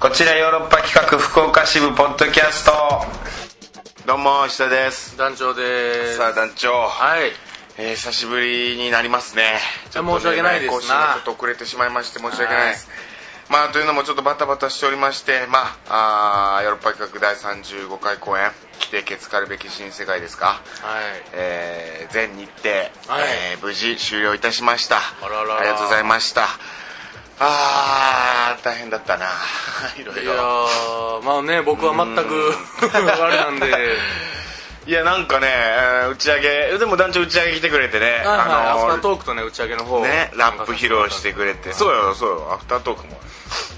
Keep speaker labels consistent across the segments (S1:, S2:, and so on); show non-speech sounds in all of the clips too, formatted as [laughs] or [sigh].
S1: こちらヨーロッパ企画福岡支部ポッドキャストどうも石田です
S2: 団長です
S1: さあ団長、
S2: はい
S1: えー久しぶりになりますね
S2: いや申し訳ないですな
S1: 更新がちょっと遅れてしまいまして申し訳ないですまあというのもちょっとバタバタしておりましてまああーヨーロッパ企画第35回公演「来てけつかるべき新世界」ですか
S2: はい
S1: えー全日程、
S2: はい
S1: えー無事終了いたしました
S2: あららら
S1: ありがとうございましたあー大変だったな [laughs] いろい
S2: いや
S1: ろ
S2: ーまあね僕は全く [laughs] あれなんで
S1: いやなんかねえー打ち上げでも団長打ち上げ来てくれてね、
S2: はいはいア
S1: [laughs] あ
S2: フタ
S1: の
S2: ートークとね打ち上げの方
S1: ねラップ披露してくれてそうよそうよアフタートークも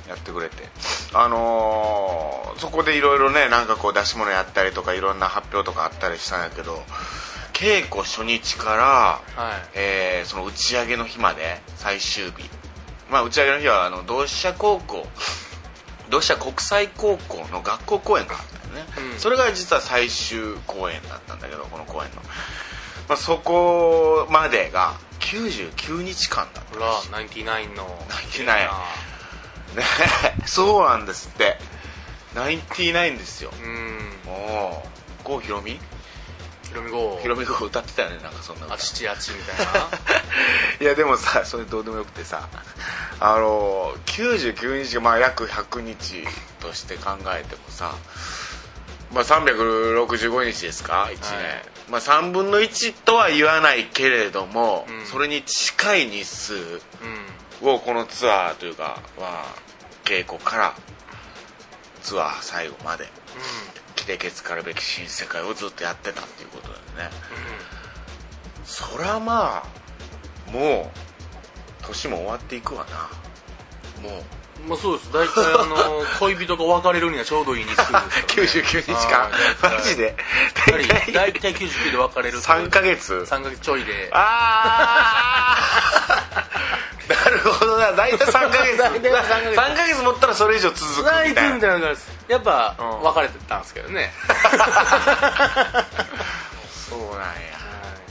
S1: やってくれてあのーそこでいろいろねなんかこう出し物やったりとかいろんな発表とかあったりしたんやけど稽古初日から、
S2: はい
S1: えーその打ち上げの日まで最終日まあ打ち上げの日はあの同志社高校同志社国際高校の学校公演があったよね、
S2: うん
S1: それが実は最終公演だったんだけどこの公演の、まあ、そこまでが99日間だった
S2: ほら99の
S1: 99ね [laughs] そうなんですって99ですよ
S2: うん
S1: もう郷ひろみ
S2: ひろみ号
S1: ひろみが歌ってたよねなんかそんな歌
S2: あちちあちみたい
S1: [laughs]
S2: ない
S1: やでもさそれどうでもよくてさあの99日がまあ約100日として考えてもさ、まあ、365日ですか1年、まあ、3分の1とは言わないけれども、
S2: うん
S1: それに近い日数
S2: う
S1: をこのツアーというか、まあ、稽古からツアー最後まで
S2: ん
S1: 「来てけつかるべき新世界」をずっとやってたっていうことだよね。そりゃまあもう年も終わっていくわなもう
S2: うんまあそうです大体あの
S1: [laughs]
S2: 恋人が別れるにはちょうどいい日数です
S1: 99日間
S2: あー
S1: マジで
S2: からね大体大体99で別れる
S1: 3ヶ月
S2: 3ヶ月ちょいで
S1: あ
S2: [laughs]
S1: あなるほどな大体3ヶ月
S2: 大体三ヶ月
S1: 3ヶ月持ったらそれ以上続くみた
S2: ないいつみ
S1: な
S2: たいな感じですやっぱ
S1: うん
S2: 別れてたんですけど
S1: [laughs]
S2: ね [laughs]
S1: そうなんや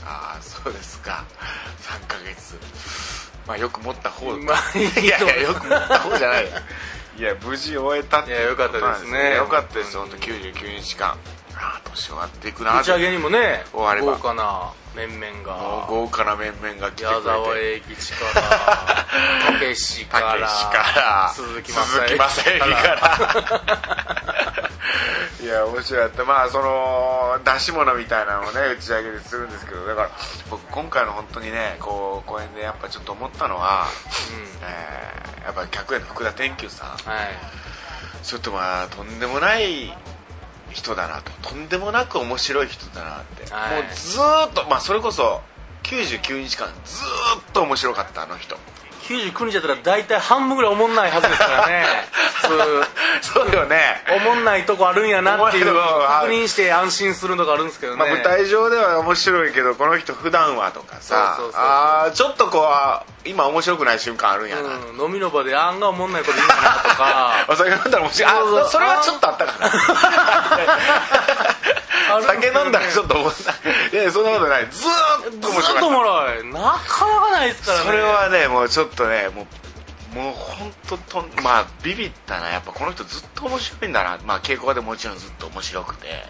S1: ああそうですか3ヶ月まあよく持った方
S2: まあいいと
S1: いやいやよく持った方じゃない [laughs] いや無事終えたって
S2: いやよかったですね
S1: よかったです本当99日間ああ年終わっていくな
S2: 打ち上げにもね
S1: 終われば
S2: 豪華な面々
S1: もう
S2: が
S1: 豪華な面々が来てくれ
S2: 矢沢
S1: て
S2: 永吉
S1: [laughs]
S2: からたけしたか
S1: け
S2: ら
S1: しから
S2: 鈴木
S1: 鈴木
S2: 雅
S1: 雅之からいや面白かったまあその出し物みたいなのをね打ち上げでするんですけどだから僕今回の本当にねこう公演でやっぱちょっと思ったのは、えーやっぱ客演の福田天球さん
S2: うんはい
S1: ちょっとまあとんでもない人だなととんでもなく面白い人だなって、
S2: はい
S1: もうずーっと、まあ、それこそ99日間ずーっと面白かったあの人
S2: 99日だったら大体半分ぐらいおもんないはずですからね
S1: [laughs] そうよね、
S2: 普通おもんないとこあるんやなっていう
S1: おもんないとこある
S2: 確認して安心するのがあるんですけどね、
S1: まあ、舞台上では面白いけどこの人普段はとかさ
S2: そうそうそうそう
S1: あーちょっとこうあ今面白くない瞬間あるん [laughs] やな、
S2: うん、飲みの場であんがおもんないこと言うんやなと
S1: [laughs]
S2: か
S1: お酒飲んだら面白いあ
S2: そうそう
S1: そそれはちょっとあった
S2: [laughs]
S1: か
S2: あ
S1: な
S2: る
S1: [laughs] 酒飲んだらちょっと面白いいやいやそんなことないずーっ
S2: ず
S1: と面白
S2: っ
S1: か
S2: と
S1: っ
S2: おもろいなかなかないですから
S1: た
S2: ね
S1: それはねもうちょっとねもうもう本当とんまあビビったなやっぱこの人ずっと面白いんだなまあ稽古場でももちろんずっと面白くて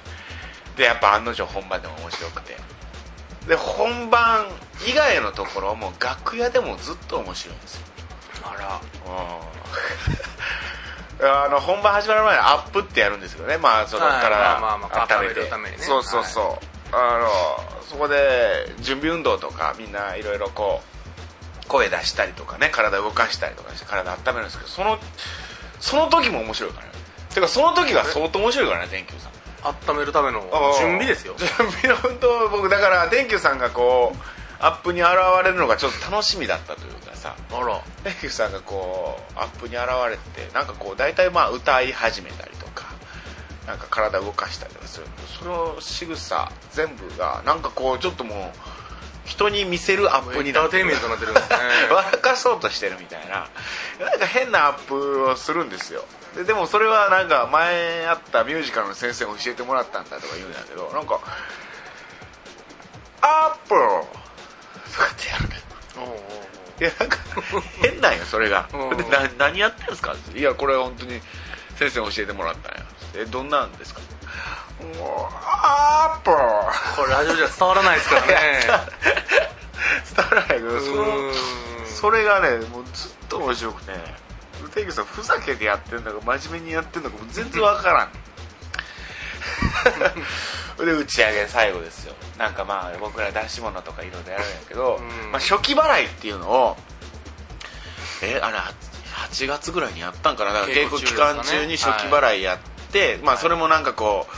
S1: でやっぱ案の定本番でも面白くてで本番以外のところもう楽屋でもずっと面白いんですよ
S2: あら
S1: うん [laughs] あの本番始まる前にアップってやるんですけどね、まあ、その
S2: はい
S1: から
S2: まあまあま
S1: 温め
S2: あ固め
S1: て
S2: るためにね
S1: そうそうそう、あのそこで準備運動とかみんないろいろこう声出したりとかね体動かしたりとかして体温めるんですけどそのその時も面白いからねてかその時が相当面白いからね天球さん
S2: 温めるための準備ですよ
S1: 準備の運動僕だから天球さんがこうアップに現れるのがちょっと楽しみだったというかさ
S2: あら
S1: ネイフさんがこうアップに現れてなんかこう大体まあ歌い始めたりとかなんか体動かしたりとかするその仕草全部がなんかこうちょっともう人に見せるアップ
S2: エ
S1: に
S2: ンタ
S1: な
S2: ー
S1: って
S2: テイン
S1: る
S2: メントになってるんで
S1: [laughs]
S2: すね
S1: 笑かそうとしてるみたいななんか変なアップをするんですよででもそれはなんか前あったミュージカルの先生に教えてもらったんだとか言うんだけどなんか「アップ!」とかってやるねいやなんか変なんよそれが
S2: うん
S1: でな何やってんすかいやこれ本当に先生に教えてもらったんやえどんなんですかもうアップ
S2: これラジオじゃ伝わらないで
S1: [laughs]
S2: すからね
S1: 伝わらないけど
S2: う
S1: そ
S2: ーん
S1: のそれがねもうずっと面白くてテイクさんふざけてやってんだか真面目にやってんだかもう全然わからん
S2: [laughs]
S1: で打ち上げ最後ですよなんかまあ僕ら出し物とかいろいろやるんやけど
S2: うん、
S1: まあ、初期払いっていうのをえあれ8月ぐらいにやったんかなだから稽
S2: 稽
S1: 古
S2: 古
S1: 期
S2: 中
S1: 間中に
S2: です
S1: 初
S2: かね
S1: 期払いやって、まあそれもなんかこう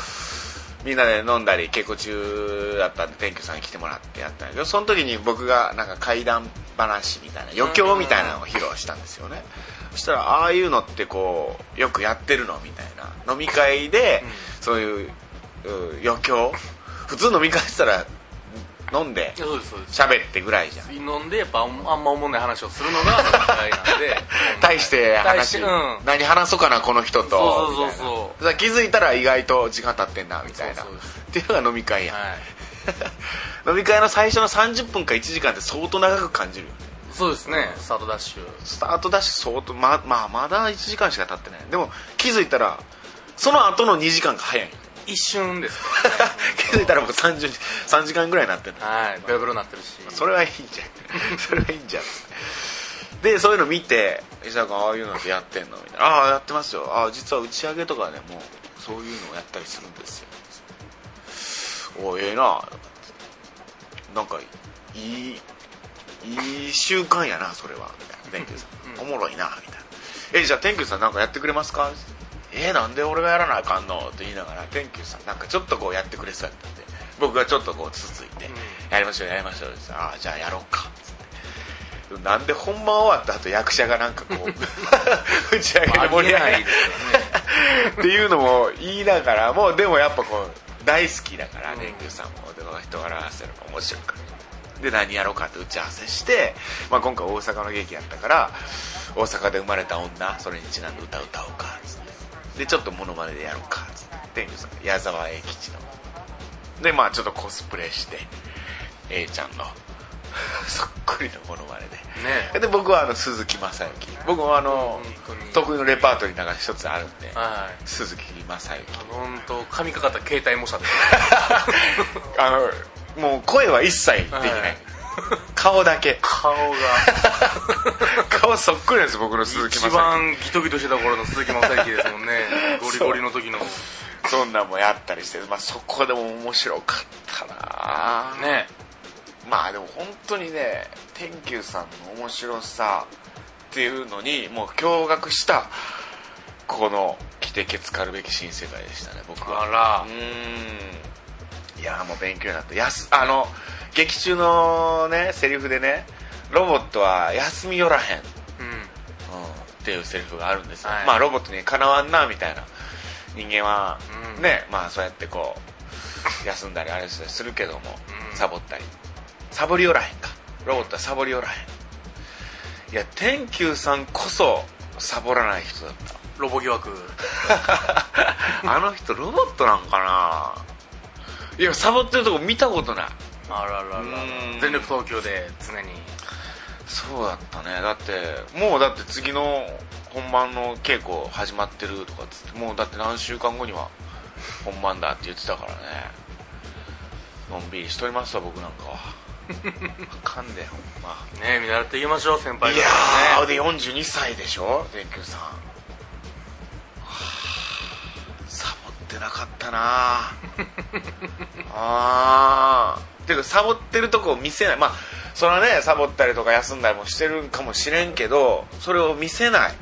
S1: みんなで飲んだり稽古中だったんで天狗さんに来てもらってやったんだけどその時に僕がなんか怪談話みたいな余興みたいなのを披露したんですよねそしたらああいうのってこうよくやってるのみたいな飲み会で
S2: うん
S1: そういううん余興普通飲み会したら飲んで
S2: いやそうですそうです
S1: 喋ってぐらいじゃん
S2: 飲んでやっぱあんあんま思んない話をするのが問題なん
S1: [laughs]
S2: で
S1: 対して
S2: 対
S1: 話
S2: してうん
S1: 何話そうかなこの人と
S2: そ
S1: みたい
S2: うそうそう
S1: な
S2: そう
S1: だから気づいたら意外と時間経ってんなみたいな
S2: そうそうそ
S1: っていうのが飲み会や、
S2: はい、
S1: [laughs] 飲み会の最初の30分か1時間って相当長く感じるよね
S2: そうですねスタートダッシュ
S1: スタートダッシュ相当ままあまだ1時間しか経ってないでも気づいたらその後の2時間が早い [laughs]
S2: 一瞬ですからね
S1: 気づいたら僕3 3時間ぐらいになってる
S2: はいベロベロになってるし
S1: それはいいんじゃん [laughs] それはいいんじゃんでそういうの見て石田君ああいうのってやってんのみたいなああやってますよああ実は打ち上げとかでもそういうのをやったりするんですよおおええななんかいいいい習慣やなそれはみたいな天狗さん、
S2: うん
S1: おもろいなみたいなえじゃあ天狗さんなんかやってくれますかえなんで俺がやらなあかんのと言いながら天狗さんなんかちょっとこうやってくれそうやったんで僕がちょっとこうつついて、
S2: うん
S1: やりましょうやりましょうってああじゃあやろうかつってなんで本番終わった後役者がなんかこう
S2: [laughs]
S1: 打ち上げで
S2: まあ
S1: 盛り上
S2: あ
S1: が
S2: り
S1: る
S2: えないですよね
S1: っていうのも言いながらもでもやっぱこう大好きだから
S2: うん
S1: 電球さんもでも人柄合わせるの面白いからで何やろうかって打ち合わせして、まあ、今回大阪の劇やったから大阪で生まれた女それにちなんで歌歌おうかっつってでちょっとモノマネでやろうかっつって天狗さん矢沢永吉のでまあちょっとコスプレして A ちゃんの [laughs] そっくりのモノマネで
S2: ね
S1: で僕はあの鈴木雅之僕もあの
S2: 本当に
S1: 得意のレパートリーなんか一つあるんで
S2: はい
S1: 鈴木雅之
S2: 本当神かかった携帯模写です
S1: [laughs] あのもう声は一切できない、
S2: はい
S1: 顔だ
S2: [laughs]
S1: け
S2: 顔が
S1: 顔そっくりなんです僕の鈴木雅
S2: 一
S1: 之
S2: 番ギトギトしてた頃の鈴木雅之で
S1: [laughs]
S2: すもんねゴリゴリの時の
S1: そんなんもやったりして、まあ、そこでも面白かったな、
S2: ね
S1: まあでも本当にね天球さんの面白さっていうのにもう驚愕したこの着てけつかるべき新世界でしたね僕は
S2: あ
S1: うーんいやーもう勉強になったやすあの劇中のねセリフでねロボットは休み寄らへん、うん、っ
S2: らうん
S1: ていうセリフがあるんですよ、
S2: はい
S1: まあロボットにかなわんなみたいな人間は、
S2: うん
S1: ねまあそうやってこう休んだりあれしたりするけども、
S2: うん
S1: サボったりサボり寄らへんかロボットはサボり寄らへんいや天球さんこそサボらない人だった
S2: ロボ疑惑
S1: [laughs] あの人ロボットなんかないやサボってるとこ見たことない
S2: あららら
S1: うん
S2: 全力投球で常に
S1: そうだったねだってもうだって次の本番の稽古始まってるとかっつってもうだって何週間後には本番だって言ってたからねのんびりしとりますわ僕なんか [laughs] はあかんでほんま
S2: ね見習っていきましょう先輩
S1: いや
S2: 方
S1: ー
S2: ね
S1: で42歳でしょ電球さんはあサボってなかった
S2: [laughs]
S1: なあーていうかサボってるとこを見せないまあそれはねサボったりとか休んだりもしてるかもしれんけどそれを見せない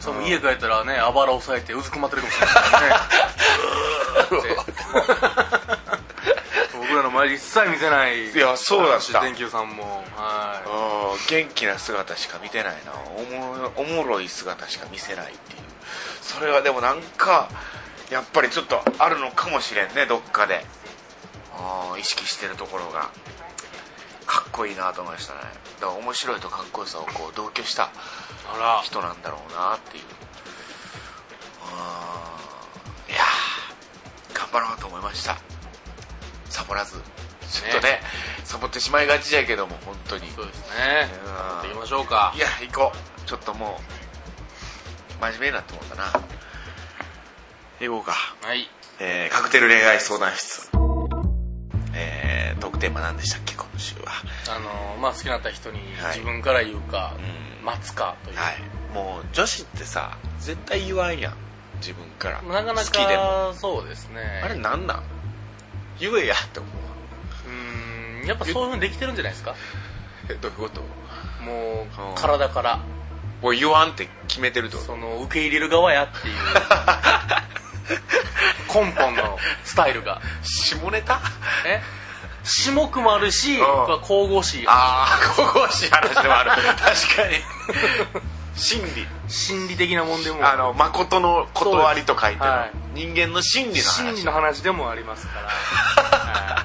S2: そう家帰ったらねあばら押さえてうずくまってるかもし
S1: [laughs]
S2: れないからね僕らの前で一切見せない
S1: いやそうだった
S2: 電球さんもはい
S1: うん元気な姿しか見てないなおもろおもろい姿しか見せないっていうそれはでもなんかやっぱりちょっとあるのかもしれんねどっかであー意識してるところがかっこいいなと思いましたねだから面白いとかっこよさをこう同居した
S2: あら
S1: 人なんだろうなっていうあーいやー頑張ろうと思いましたサボらずちょっとねサボってしまいがちやけども本当に
S2: そうですね
S1: うん
S2: やっていきましょうか
S1: いや行こうちょっともう真面目になってもうたな行こうか、
S2: はい
S1: えーカクテル恋愛相談室えー、トークテーマ何でしたっけ今週は
S2: あのーまあ好きになった人に
S1: はい
S2: 自分から言うか、
S1: うん
S2: 待つかという、
S1: はいもう女子ってさ絶対言わんやん自分から
S2: なかな
S1: 好きでも
S2: かそうですね
S1: あれなんなん言えやって思うわ
S2: うーんやっぱそういうのできてるんじゃないですか
S1: えどういうこと
S2: もう
S1: うん
S2: 体から
S1: もう言わんって決めてるってこと
S2: その受け入れる側や
S1: [laughs]
S2: っていう根本のスタイルが
S1: 下ネタ
S2: ね下くもあるし、
S1: うん
S2: 僕は神々しい
S1: ああ神々しい話でもある確かに
S2: [laughs]
S1: 心理
S2: 心理的なもんでも
S1: あの誠の断りと書いてる、
S2: はい
S1: 人間の心理の話
S2: 心理の話でもあります
S1: [laughs]
S2: から、はい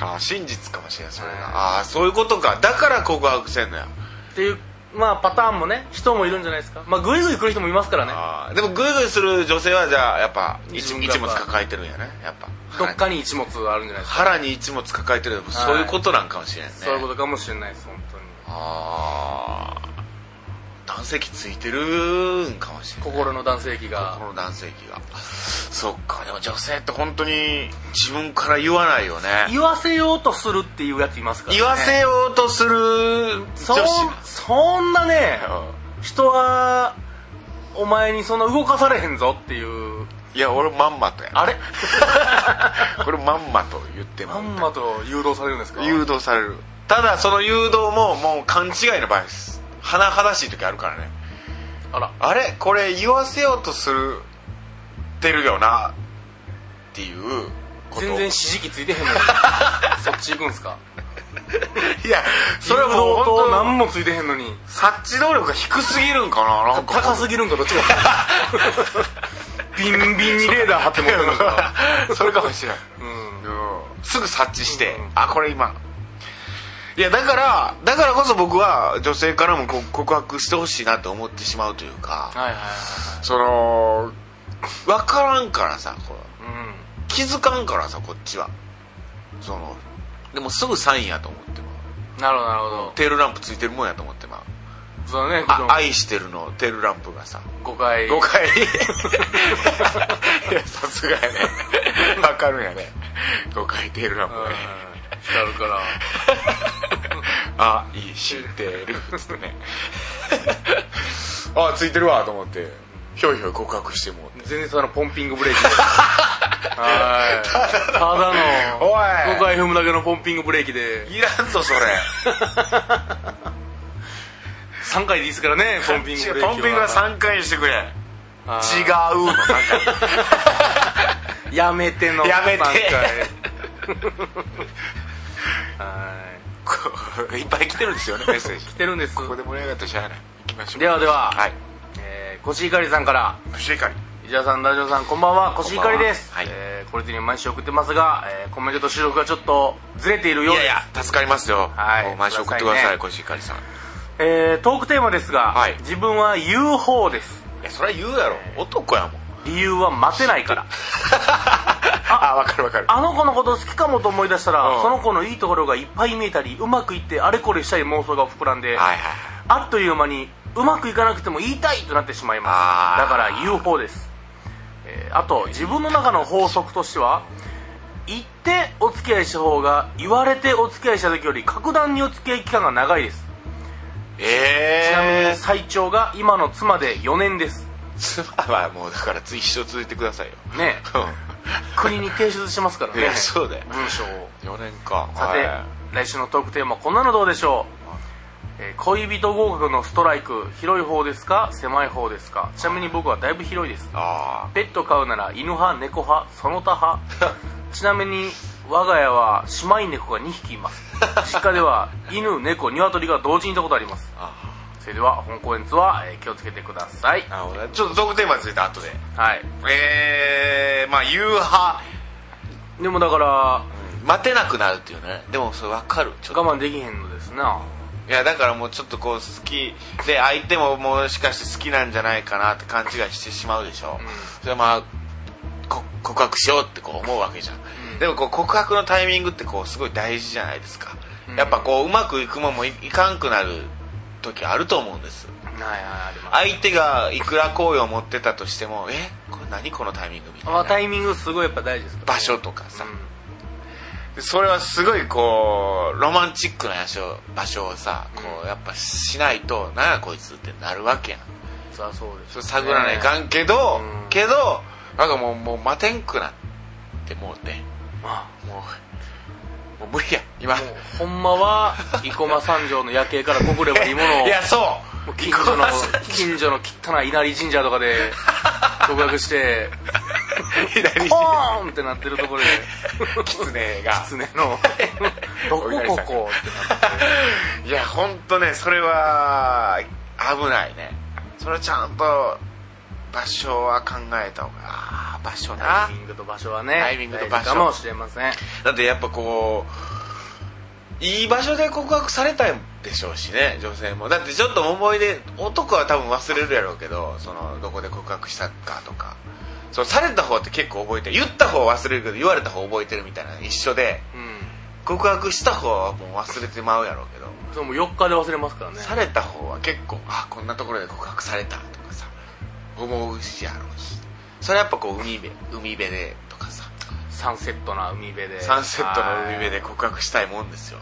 S1: あー真実かもしれないそれが、
S2: はい
S1: ああそういうことかだから告白せんのや
S2: っていうまあパターンもね人もいるんじゃないですかまあグイグイ来る人もいますからね
S1: あーでもグイグイする女性はじゃあやっぱ一
S2: 自分
S1: 一
S2: が
S1: 物抱えてるんやねやっぱ
S2: どっかに一物あるんじゃないですか
S1: 腹に一物抱えてるのもそういうことなんかもしれないね、
S2: そういうことかもしれないです本当に
S1: ああ男性器ついてるんかもしれない
S2: 心の男性器
S1: こ
S2: が
S1: の男性器がそっかでも女性って本当に自分から言わないよね
S2: 言わせようとするっていうやついますから、ね、
S1: 言わせようとする女
S2: そん
S1: 子
S2: そんなね
S1: うん
S2: 人はお前にそんな動かされへんぞっていう
S1: いや俺まんまとや
S2: あれ
S1: [laughs] これまんまと言って
S2: ま
S1: も
S2: んまと誘導されるんですか
S1: 誘導されるただその誘導ももう勘違いの場合です甚だしい時あるからね
S2: あら
S1: あれこれ言わせようとするってるよなっていうこと
S2: 全然指示器ついてへん [laughs] のにそっち行くんすか
S1: いやそれはもう
S2: 誘導と
S1: 本
S2: 何もついてへんのに
S1: 当察知能力が低すぎるんかななんか
S2: 高すぎるんかどっち [laughs] かビンビンにレーダー張って持ってるんです [laughs] か
S1: [laughs] それかもしれない
S2: うん
S1: すぐ察知して、
S2: うん
S1: あこれ今いやだからだからこそ僕は女性からもこ告白してほしいなって思ってしまうというか
S2: はいはいはい
S1: その分からんからさこう
S2: はい
S1: 気づかんからさこっちはそのでもすぐサインやと思ってま
S2: うんなるほどなるほ
S1: う
S2: ど
S1: テールランプついてるもんやと思ってまう
S2: そうね
S1: あ愛してるのテールランプがさ
S2: 誤解
S1: 5回 [laughs] いやさすがやね分かるんやね5回テールランプ
S2: うん
S1: がね
S2: 光るから
S1: あいい知ってるつってね [laughs] あついてるわと思ってひょいひょい告白してもうて
S2: 全然そのポンピングブ
S1: [laughs]
S2: レーキはいただの
S1: おい
S2: 5回踏むだけのポンピングブレーキで
S1: いらんぞそれ
S2: 3回でいいですか
S1: [laughs]
S2: らねポンピングブレーキ
S1: ポンピングは3回にしてくれ違
S2: 違
S1: うの3回
S2: うやめての
S1: やめ [laughs] て
S2: 三回はい
S1: こういっぱい来てるんですよねメッセージ
S2: 来てるんです
S1: ここで盛り上がったらしゃあない行きましょう
S2: ではでは、
S1: はい
S2: えーコシヒカリさんから
S1: 不正解
S2: 石田さんラジオさんこんばんはコシヒカリです
S1: こんばんははい
S2: えーこれでに毎週送ってますが、えーコメントと収録がちょっとずれている
S1: い
S2: ようです
S1: やいや助かりますよ
S2: はい
S1: もう毎週送ってください
S2: く
S1: 小石かりさんい
S2: えートークテーマですが、
S1: はい
S2: 自分は言う方です
S1: やそれは言うやろ男やもん
S2: 理由は待てないから
S1: あわかるわかる
S2: あの子のこと好きかもと思い出したら、
S1: うん
S2: その子のいいところがいっぱい見えたりうまくいってあれこれしたり妄想が膨らんで、
S1: はいはい
S2: あっという間にうまくいかなくても言いたいとなってしまいま
S1: あ
S2: す
S1: ー
S2: だから言う方です、えーあと自分の中の法則としては言ってお付き合いした方が言われてお付き合いした時より格段にお付き合い期間が長いですちなみ
S1: え
S2: に最長が今の妻で4年です
S1: ー、妻はもうだから一生続いてくださいよ
S2: ね
S1: [laughs]
S2: 国に提出してますから
S1: うん
S2: ね
S1: いやそうだよ
S2: 文章を
S1: 4年か
S2: さて、
S1: は
S2: 来週のトークテーマこんなのどうでしょう、えー恋人合格のストライク広い方ですか狭い方ですかちなみに僕はだいぶ広いです
S1: い、あ
S2: ペット飼うなら犬派猫派その他
S1: [laughs]
S2: 派ちなみに我が家は姉妹猫が2匹います実家では犬猫鶏が同時にいたことあります
S1: ーあ
S2: それでは本コ演ツは、えー気をつけてください
S1: ーなるほどねちょっとトークテーマについて後で
S2: はい
S1: えー、まあ言う派
S2: でもだから
S1: 待てなくなるっていうねでもそれ分かるちょっと
S2: 我慢できへんのですない
S1: やだからもうちょっとこう好きで相手ももしかして好きなんじゃないかなって勘違いしてしまうでしょ、
S2: ん
S1: それはまあこ告白しようってこう思うわけじゃん、
S2: うん
S1: でもこう告白のタイミングってこうすごい大事じゃないですか、
S2: うん
S1: やっぱこううまくいくもんもいいかんくなる時あると思うんです
S2: はいはいあります
S1: 相手がいくら好意を持ってたとしてもえこれ何このタイミングみたい
S2: まあ
S1: な
S2: タイミングすごいやっぱ大事ですから
S1: 場所とかさ、でそれはすごいこうロマンチックな場所場所をさこうやっぱしないと「なんやこいつ」ってなるわけやん
S2: うん、そりゃそうです
S1: それ探らないかんけど、
S2: うん
S1: けどなんかもうもう待てんくなってもうて
S2: ま
S1: もうもう無理や今
S2: あもうほんまは生駒三条の夜景からこぐればいいものを
S1: [laughs] いやそう
S2: もう近所の
S1: 生駒さん
S2: 近所の汚い稲荷神社とかで独
S1: [laughs]
S2: 学して
S1: 左
S2: ポーンってなってるところで
S1: 狐が
S2: 狐
S1: [laughs]
S2: のどこここってなって
S1: いや本当ねそれは危ないねそれはちゃんと場所は考えた方があー場所
S2: タ
S1: な
S2: イミングと場所はね
S1: タイミングと場所
S2: 大事かもしれません
S1: だってやっぱこういい場所で告白されたいでしょうしね女性もだってちょっと思い出男は多分忘れるやろうけどそのどこで告白したかとかそうされた方って結構覚えてる言った方は忘れるけど言われた方覚えてるみたいな一緒で
S2: うん
S1: 告白した方はもう忘れてまうやろうけど
S2: それもう4日で忘れますからね
S1: された方は結構あこんなところで告白されたとかさ思うしやろうしそれやっぱこう海辺海辺でとかさ
S2: サンセットな海辺で
S1: サンセットの海辺で告白したいもんですよ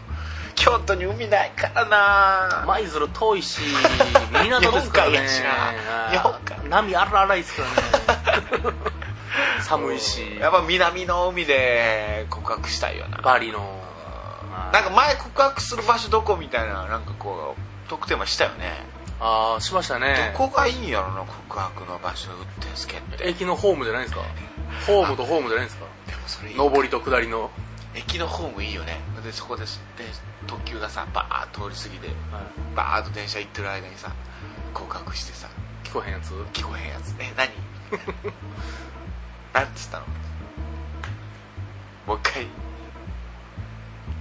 S1: 京都に海ないからな、
S2: 舞鶴遠いし [laughs] 港ですから
S1: 日本
S2: ね
S1: 海やしな
S2: はい
S1: 日本海
S2: 波荒々いですからね寒いし
S1: やっぱ南の海で告白したいよな
S2: バリの
S1: なんか前告白する場所どこみたいななんかこう特定もしたよね、
S2: ああしましたね
S1: どこがいいんやろな告白の場所打ってつけって
S2: 駅のホームじゃないですかホームとホームじゃないですか
S1: でもそれいい
S2: 上りと下りの
S1: 駅のホームいいよねでそこでで特急がさバーッと通り過ぎでバーッと電車行ってる間にさ告白してさ
S2: 聞こえへんやつ
S1: 聞こえへんやつえ何 [laughs] なんつったのもう一回も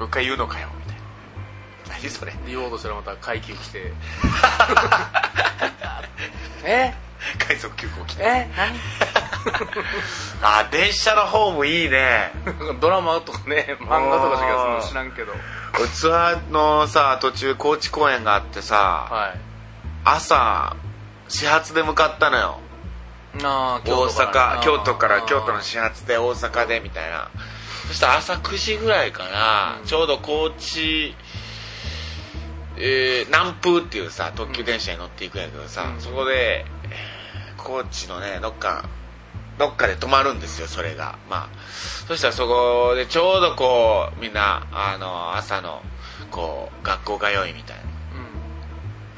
S1: う一回言うのかよみたいな何それ [laughs]
S2: 言おうとしたらまた階級来て [laughs] え
S1: 海賊急行来て
S2: え
S1: あ電車のホームいい
S2: [laughs]
S1: ね
S2: 何 [laughs] ドラマとかね漫画とかしかそんな知らんけど
S1: ツアーのさ途中高知公園があってさ
S2: はい
S1: 朝始発で向かったのよ
S2: あー
S1: 大
S2: から
S1: 阪京都から
S2: あー
S1: 京都の始発で大阪でみたいなそしたら朝9時ぐらいかな、
S2: うん
S1: ちょうど高知、えー南風っていうさ特急電車に乗っていくんやけどさ、
S2: うん
S1: そこでえー高知のねどっかどっかで止まるんですよそれがまあそしたらそこでちょうどこうみんなあの朝のこう学校通いみたいな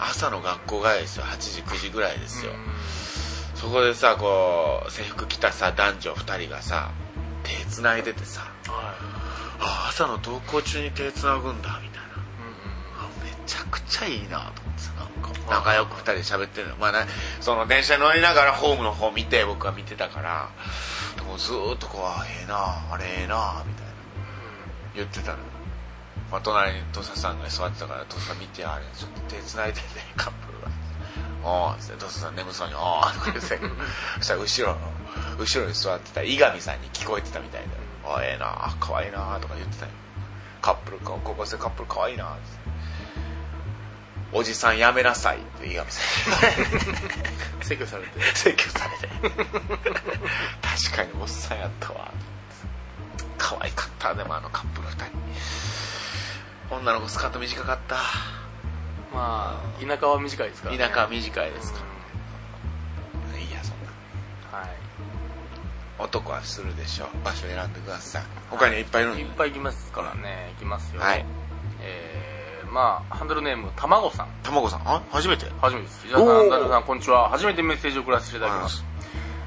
S1: 朝の学校通いですよ8時9時ぐらいで
S2: うん
S1: すよ、そこでさこう制服着たさ男女2人がさ手つないでてさ
S2: は
S1: あ朝の登校中に手つなぐんだみたいない
S2: うん
S1: あめちゃくちゃいいなと思ってさなんか仲良く2人で喋ってるのまあねその電車乗りながらホームの方見て僕は見てたからでもずーっとこうあええなあれええなみたいな言ってたのよ、まあ、隣に土佐さんが座ってたから土佐さん見てあれちょっと手繋いでねカップルが「おーっつって土佐さん眠そうに「おーっ」とか言ってたけどそしたら後ろの後ろに座ってた伊上さんに聞こえてたみたいで「あええなあかわいいな」とか言ってたよカップルか高校生カップルかわいいなっつっておじさんやめなさいって伊上さんに
S2: うん撤去されて
S1: [laughs] 説教されて確かにおっさんやったわ可愛かったでもあのカップル2人女の子スカート短かった
S2: まあ田舎は短いですからね
S1: 田舎は短いです
S2: う
S1: か
S2: ん
S1: ら、いいやそんな
S2: はい
S1: 男はするでしょう場所選んでください他にはいっぱいいるの
S2: い
S1: に
S2: っぱい行きますからね行きますよ
S1: はい
S2: えーまあハンドルネームたまごさん
S1: たまごさんあ初めて
S2: 初めてです。伊沢さん、ダルさん、こんにちは。初めてメッセージを送らせていただきます。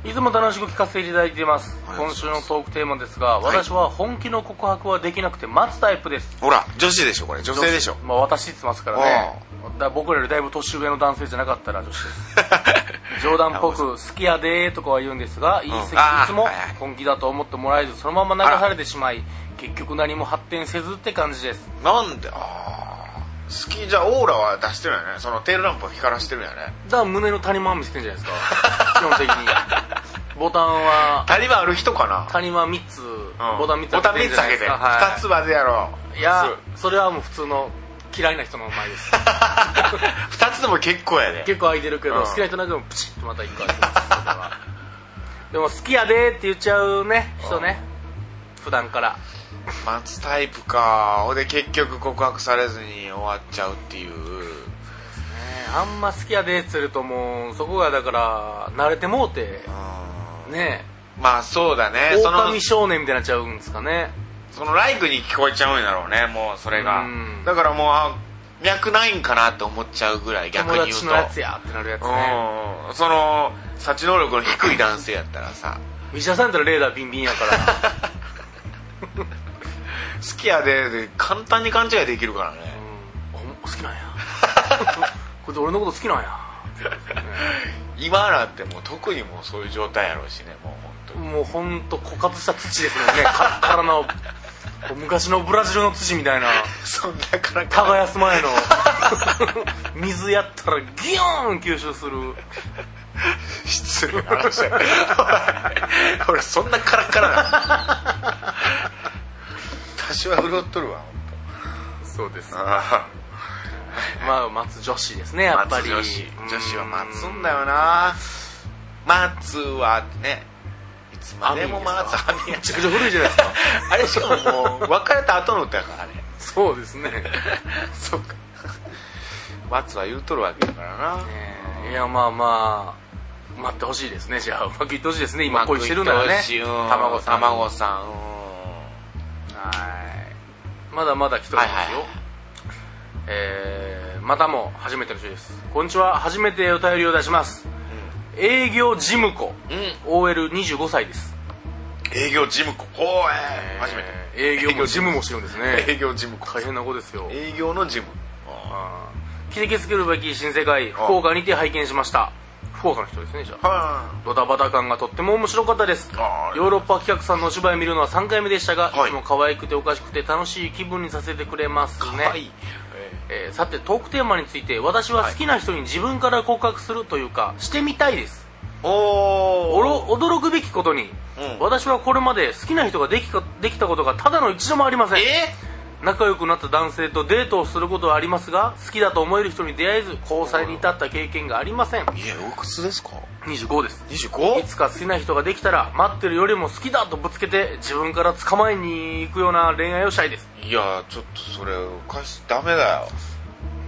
S2: いつも楽しく聞かせていただいています。
S1: ありがとうご
S2: 今
S1: ざ
S2: 週
S1: います
S2: のトークテーマですが、
S1: はい
S2: 私は本気の告白はできなくて待つタイプです。
S1: ほら女子でしょこれ女性でしょ
S2: まあ私って言ってますからね。だ僕らよりだいぶ年上の男性じゃなかったら女子です。冗談っぽく、好きやでーとかは言うんですが、言い過ぎい
S1: あー
S2: つも
S1: はいはい
S2: 本気だと思ってもらえず、そのまま流されてしまい、結局何も発展せずって感じです。
S1: [laughs] なんであー好きじゃあオーラは出してるよねそのテールランプを光らしてるよね
S2: だから胸の谷間見せてんじゃないです
S1: [laughs]
S2: か。基本的に。ボタンは
S1: 谷間ある人かな
S2: 谷間3つ、
S1: うん
S2: ボタン3つ
S1: ボタン3つ開け
S2: 開けて
S1: て
S2: るじゃない
S1: 2
S2: です
S1: つ
S2: か
S1: までやろう
S2: はい、いやそれはもう普通の嫌いな人の前
S1: [laughs]
S2: です
S1: 2つでも結構やで、
S2: 結構空いてるけど、
S1: うん
S2: 好きな人の中でもプチッとまた一個空いてますそれはでも好きやでって言っちゃうね人ね普段から
S1: 待つタイプかほんで結局告白されずに終わっちゃうっていう
S2: ねあんま好きやでっつるともうそこがだから慣れてもうて
S1: うん
S2: ね
S1: まあそうだねその
S2: 狼少年みたいになっちゃうんですかね
S1: そのライクに聞こえちゃうんやろうねもうそれが
S2: うん
S1: だからもうあ脈ないんかなって思っちゃうぐらい逆
S2: 友
S1: に言うと
S2: 達のやつやってなるやつね
S1: うんその察知能力の低い男性やったらさ
S2: 医者さんやったらレーダービンビンや
S1: [laughs]
S2: から
S1: 好きやでで簡単に勘違いできるからね、
S2: うんほん好きなんやこいつ俺のこと好きなんや
S1: 今なんてもう特にもうそういう状態やろうしねもう本当に
S2: もうほんと枯渇した土です
S1: [laughs]
S2: もんねカラカラのもう昔のブラジルの土みたいな
S1: そんなからか
S2: 耕
S1: [laughs]
S2: す前の水やったらギューン吸収する
S1: 失礼な話 [laughs] や俺俺そんなカラカラなの多少は潤っとるわ
S2: そうです
S1: 本当あ
S2: まあ待つ女子ですねや
S1: あ
S2: っぱり
S1: 女子女子は待つんだよな待つはねいつまでも待つ
S2: 網
S1: 網や
S2: めちゃくちゃ古いじゃないですか
S1: [laughs] あれしかももう別れた後の歌やからあれ
S2: そ
S1: [laughs]
S2: うですね
S1: そうか松は言うとるわけだからな、
S2: いやまあまあ待ってほしいですねじゃあうまくいってほしいですね今恋してるんだらね
S1: 卵
S2: 卵
S1: さ
S2: さ
S1: ん
S2: ん
S1: 卵さん
S2: はいまだまだ来ておりますよ、
S1: はいはい
S2: えーまたも初めての人ですこんにちは初めてお便りを出します、営業事務子
S1: うん、うん、
S2: OL25 歳です
S1: 営業事務子ほうえー初め
S2: えー営業も事務もしてるんです
S1: [laughs] て営
S2: ね
S1: 業事務子
S2: 大変な子ですよ
S1: 営業の事務
S2: あー切り気づけるべき新世界福岡にて拝見しました福岡の人ですねじゃあ
S1: は
S2: ドタバタ感がとっても面白かったです
S1: あー
S2: ヨーロッパ企画さんのお芝居見るのは3回目でしたが、
S1: はい
S2: い、つも可愛くておかしくて楽しい気分にさせてくれます
S1: い、
S2: ね
S1: かわいい
S2: えーさてトークテーマについて私は好きな人に自分から告白するというか、してみたいです
S1: おお
S2: おろ驚くべきことに、
S1: うん
S2: 私はこれまで好きな人ができかできたことがただの一度もありません
S1: え
S2: 仲良くなった男性とデートをすることはありますが好きだと思える人に出会えず交際に至った経験がありません
S1: いやおいくつですか
S2: 25ですい
S1: 25?
S2: つか好きな人ができたら待ってるよりも好きだとぶつけて自分から捕まえに行くような恋愛をしたいです
S1: いやちょっとそれおかしいダメだよ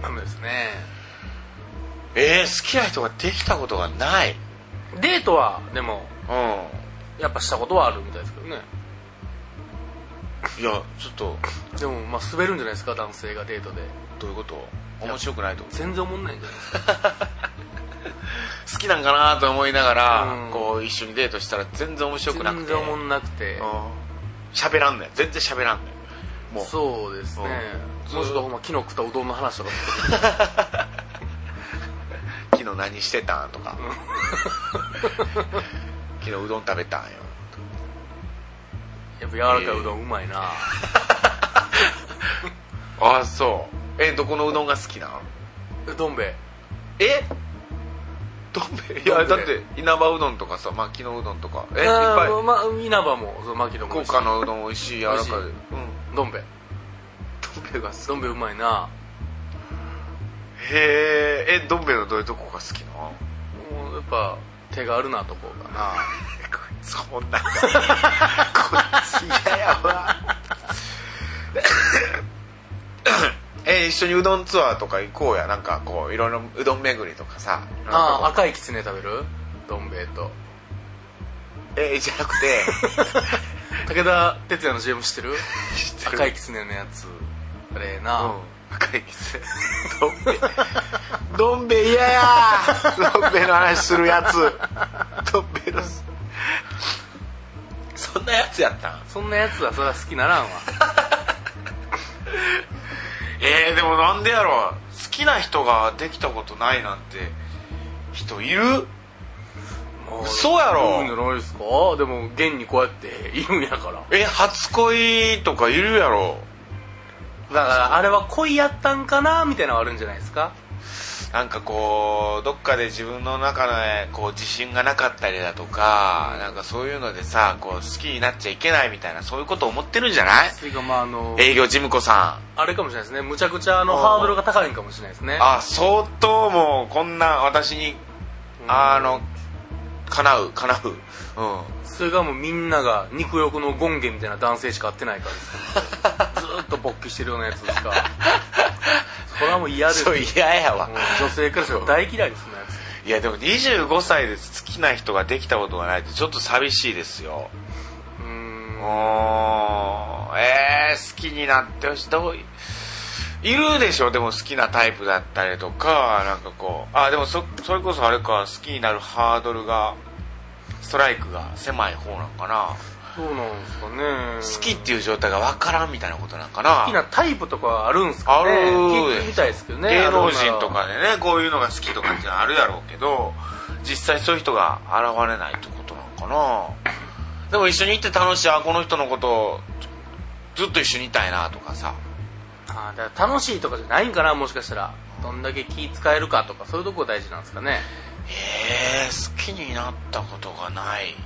S2: ダメですね
S1: えー、好きな人ができたことがない
S2: デートはでも
S1: うん
S2: やっぱしたことはあるみたいですけどね
S1: いやちょっと
S2: でもまあ滑るんじゃないですか男性がデートで
S1: どういうこと面白くないと思
S2: 全然思んないんじゃないですか
S1: う好きなんかなと思いながら、
S2: うん
S1: こう一緒にデートしたら全然面白くなく
S2: 全
S1: て
S2: 然思んなくて
S1: うん喋らんのよ全然喋らんのよもう
S2: そうですね
S1: うん
S2: もうちょっとほんま昨日食ったうどんの話とか
S1: 昨日何してたんとか [laughs] 昨日うどん食べたんよ
S2: やっぱ柔らかいうどんうまいな、
S1: ああそうえどこのうどんが好きなん
S2: うどんべ衛
S1: えどん兵衛いやだ
S2: ど
S1: っ
S2: ん兵衛
S1: て稲葉うどんとかさ牧野うどんとかえいっぱい
S2: あーまあ稲葉もその牧野
S1: 福
S2: も
S1: 岡のうどん美味しい柔らかい
S2: 美
S1: う
S2: 味
S1: ん
S2: どんべ衛
S1: どん兵衛が好き
S2: どんべ衛うまいな
S1: へええどん兵衛のどういうとこが好きなの
S2: もうやっぱ手があるなとこがな
S1: [laughs] こいつこんなんだこいつ嫌やわ [laughs] え一緒にうどんツアーとか行こうやなんかこういろいろうどん巡りとかさなん
S2: ああ
S1: かこ
S2: 赤いきつね食べるどん兵衛と
S1: うえじゃなくて
S2: 武田鉄矢の CM 知ってる
S1: [laughs] 知ってる
S2: 赤いきつねのやつあれ
S1: う
S2: な、
S1: ん赤いきつどん兵衛どん兵衛嫌やどん兵衛の話するやつどん兵衛のそんなやつやったん
S2: そんなやつはそれは好きならんわ
S1: えー、でもなんでやろ好きな人ができたことないなんて人いる [laughs] 嘘やろ
S2: いうんじゃないですかでも現にこうやって [laughs] 言うんやから
S1: え初恋とかいるやろ
S2: だからあれは恋やったんかなみたいなのはあるんじゃないですか
S1: なんかこうどっかで自分の中の、ね、こう自信がなかったりだとかなんかそういうのでさこう好きになっちゃいけないみたいなそういうこと思ってるんじゃない
S2: ていうかまああの
S1: 営業事務子さ
S2: あれかもしれないですねむちゃくちゃあのハードルが高いんかもしれないですね
S1: んあ相当もうこんな私に
S2: うん
S1: あの叶う叶ううん
S2: それがもうみんなが肉欲の権限みたいな男性しか会ってないからですよずーっと勃起してるようなやつしかそれはもう嫌です
S1: そう嫌やわ
S2: もう女性からしたら大嫌いですねやつ
S1: いやでも25歳で好きな人ができたことがないってちょっと寂しいですよ
S2: うーん
S1: おーえー、好きになってほしいどういいるでしょでも好きなタイプだったりとかなんかこうあでもそそれこそあれか好きになるハードルがストライクが狭い方なのかな
S2: そうなんですかね
S1: 好きっていう状態が分からんみたいなことなんか
S2: 好
S1: な
S2: きなタイプとかあるんすかね
S1: ある
S2: 聞いてみたいですけどね
S1: 芸能人とかでねこういうのが好きとかってのあるやろうけど実際そういう人が現れないってことなのかなでも一緒に行って楽しいあこの人のことをずっと一緒にいたいなとかさ
S2: あーだから楽しいとかじゃないんかなもしかしたらどんだけ気使えるかとかそういうとこ大事なんですかね
S1: へえ好きになったことがない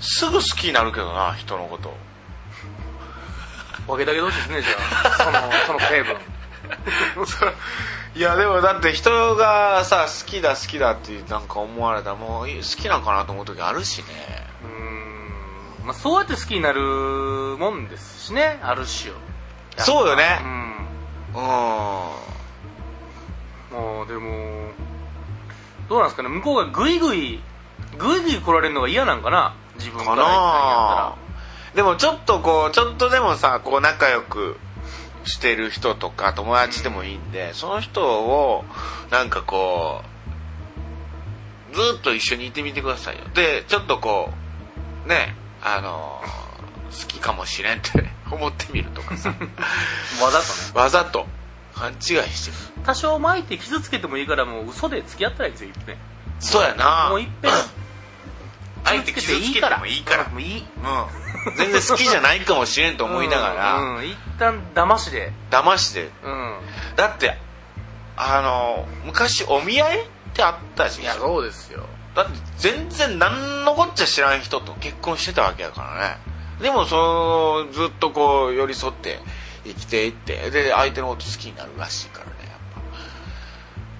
S1: すぐ好きになるけどな人のこと [laughs]
S2: 分けてあげてほしいですねじゃあそのその成分
S1: いやでもだって人がさ好きだ好きだってなんか思われたらもう好きなんかなと思う時あるしね
S2: うーんまあ、そうやって好きになるもんですしねある種を
S1: そうよね
S2: うん
S1: うん
S2: まあでもどうなんですかね向こうがグイグイグイグイ来られるのが嫌なんかな自分
S1: か
S2: が
S1: なでもちょっとこうちょっとでもさこう仲良くしてる人とか友達でもいいんで、その人をなんかこうずっと一緒にいてみてくださいよでちょっとこうねあの好きかもしれんって [laughs] 思ってみるとか
S2: [laughs]
S1: さ
S2: わざとね
S1: わざと勘違いしてる
S2: 多少巻いて傷つけてもいいからもう嘘で付き合ったらいいんですよいっぺん
S1: そうやな
S2: もういっぺん
S1: あえて傷つけてもいいから
S2: もういい
S1: うん全然好きじゃないかもしれんと思いながら、
S2: うん、うん一旦騙しで
S1: 騙して
S2: うん
S1: だってあの昔お見合いってあったじゃん
S2: そうですよ
S1: だって全然何のこっちゃ知らん人と結婚してたわけやからねでもそのずっとこう寄り添って生きていってで相手のこと好きになるらしいからねやっ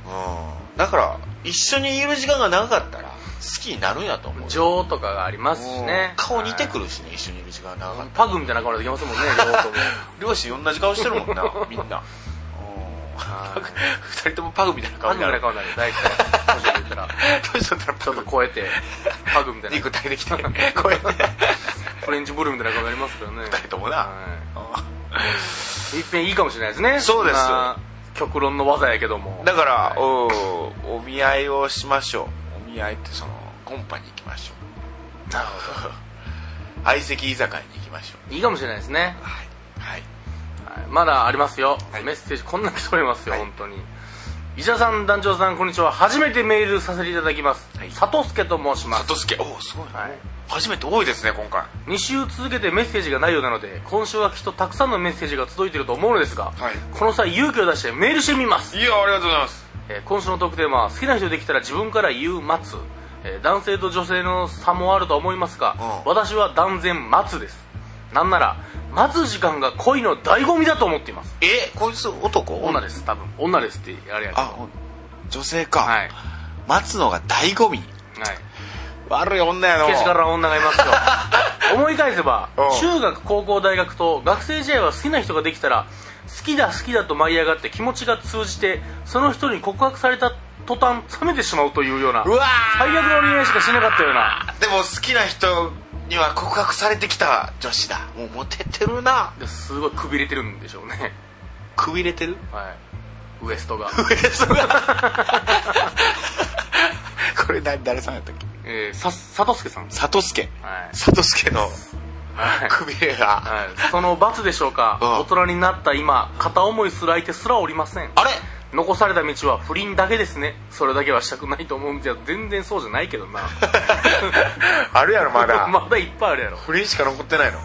S1: ぱうんだから一緒にいる時間が長かったら好きになるんやと思うよ
S2: 情とかがありますし
S1: う
S2: ね
S1: ん顔似てくるしね一緒にいる時間が長かったら
S2: パグみたいな顔でできますもんね両
S1: [laughs]
S2: 方とも
S1: 両親同じ顔してるもんな [laughs] みんな
S2: はい
S1: 2人ともパグみたいな
S2: パ
S1: 顔
S2: グ
S1: にな
S2: みたいな
S1: る
S2: 顔になるよ大
S1: [laughs]
S2: 体年取ったら
S1: 年取ったら
S2: ち
S1: パ
S2: ょっ
S1: グ
S2: と超え [laughs] てパグみたいな
S1: 肉体できて [laughs] こうやって
S2: フレンチブルーみたいな顔になりますけどね
S1: 二人ともな
S2: はいいっぺんいいかもしれないですね
S1: そうです
S2: んな極論の技やけども
S1: だから
S2: はい
S1: おーお見合いをしましょうお見合いってそのコンパに行きましょう
S2: なるほ
S1: 相席居酒屋に行きましょ
S2: どいいかもしれないですね
S1: うはい、はい、
S2: はいまだありますよ、
S1: はい
S2: メッセージこんなに来ておりますよ、
S1: はい
S2: 本当に石田さん団長さんこんにちは初めてメールさせていただきます、
S1: はい
S2: 里助と申しま
S1: 里
S2: す、
S1: 助おおすごい、
S2: はい、
S1: 初めて多いですね今回
S2: 2週続けてメッセージがないようなので今週はきっとたくさんのメッセージが届いていると思うのですが、
S1: はい
S2: この際勇気を出してメールしてみます、
S1: いやありがとうございます
S2: えー今週のトークテーマは好きな人できたら自分から言う待つ、えー男性と女性の差もあると思いますが、
S1: うん
S2: 私は断然待つですなんなら待つ時間が恋の醍醐味だと思っています
S1: えこいつ男
S2: 女です多分女ですってあれやけど
S1: あ女性か、
S2: はい
S1: 待つのが醍醐味
S2: はい
S1: 悪い女やの
S2: けしからん女が
S1: [laughs]
S2: いますよ思い返せば
S1: うん
S2: 中学高校大学と学生時代は好きな人ができたら好きだ好きだと舞い上がって気持ちが通じてその人に告白された途端冷めてしまうというような
S1: うわー
S2: 最悪の恋愛しかしなかったような
S1: でも好きな人には告白されてきた女子だもうモテてるな
S2: ですごいくびれてるんでしょうね [laughs]
S1: くびれてる [laughs]
S2: はいウエストが、
S1: ウエストがこれ誰誰さんやったっけ
S2: [laughs] えー、さ佐藤助さん
S1: 里助
S2: はい
S1: 里助の
S2: はい
S1: くびれが
S2: はい、その罰でしょうか、
S1: うん
S2: 大人になった今片思いする相手すらおりません
S1: あれ
S2: 残された道は不倫だけですねそれだけはしたくないと思うんじゃ全然そうじゃないけどな
S1: あるや [laughs] ろまだ
S2: [laughs] まだいっぱいあるやろ
S1: 不倫しか残ってないの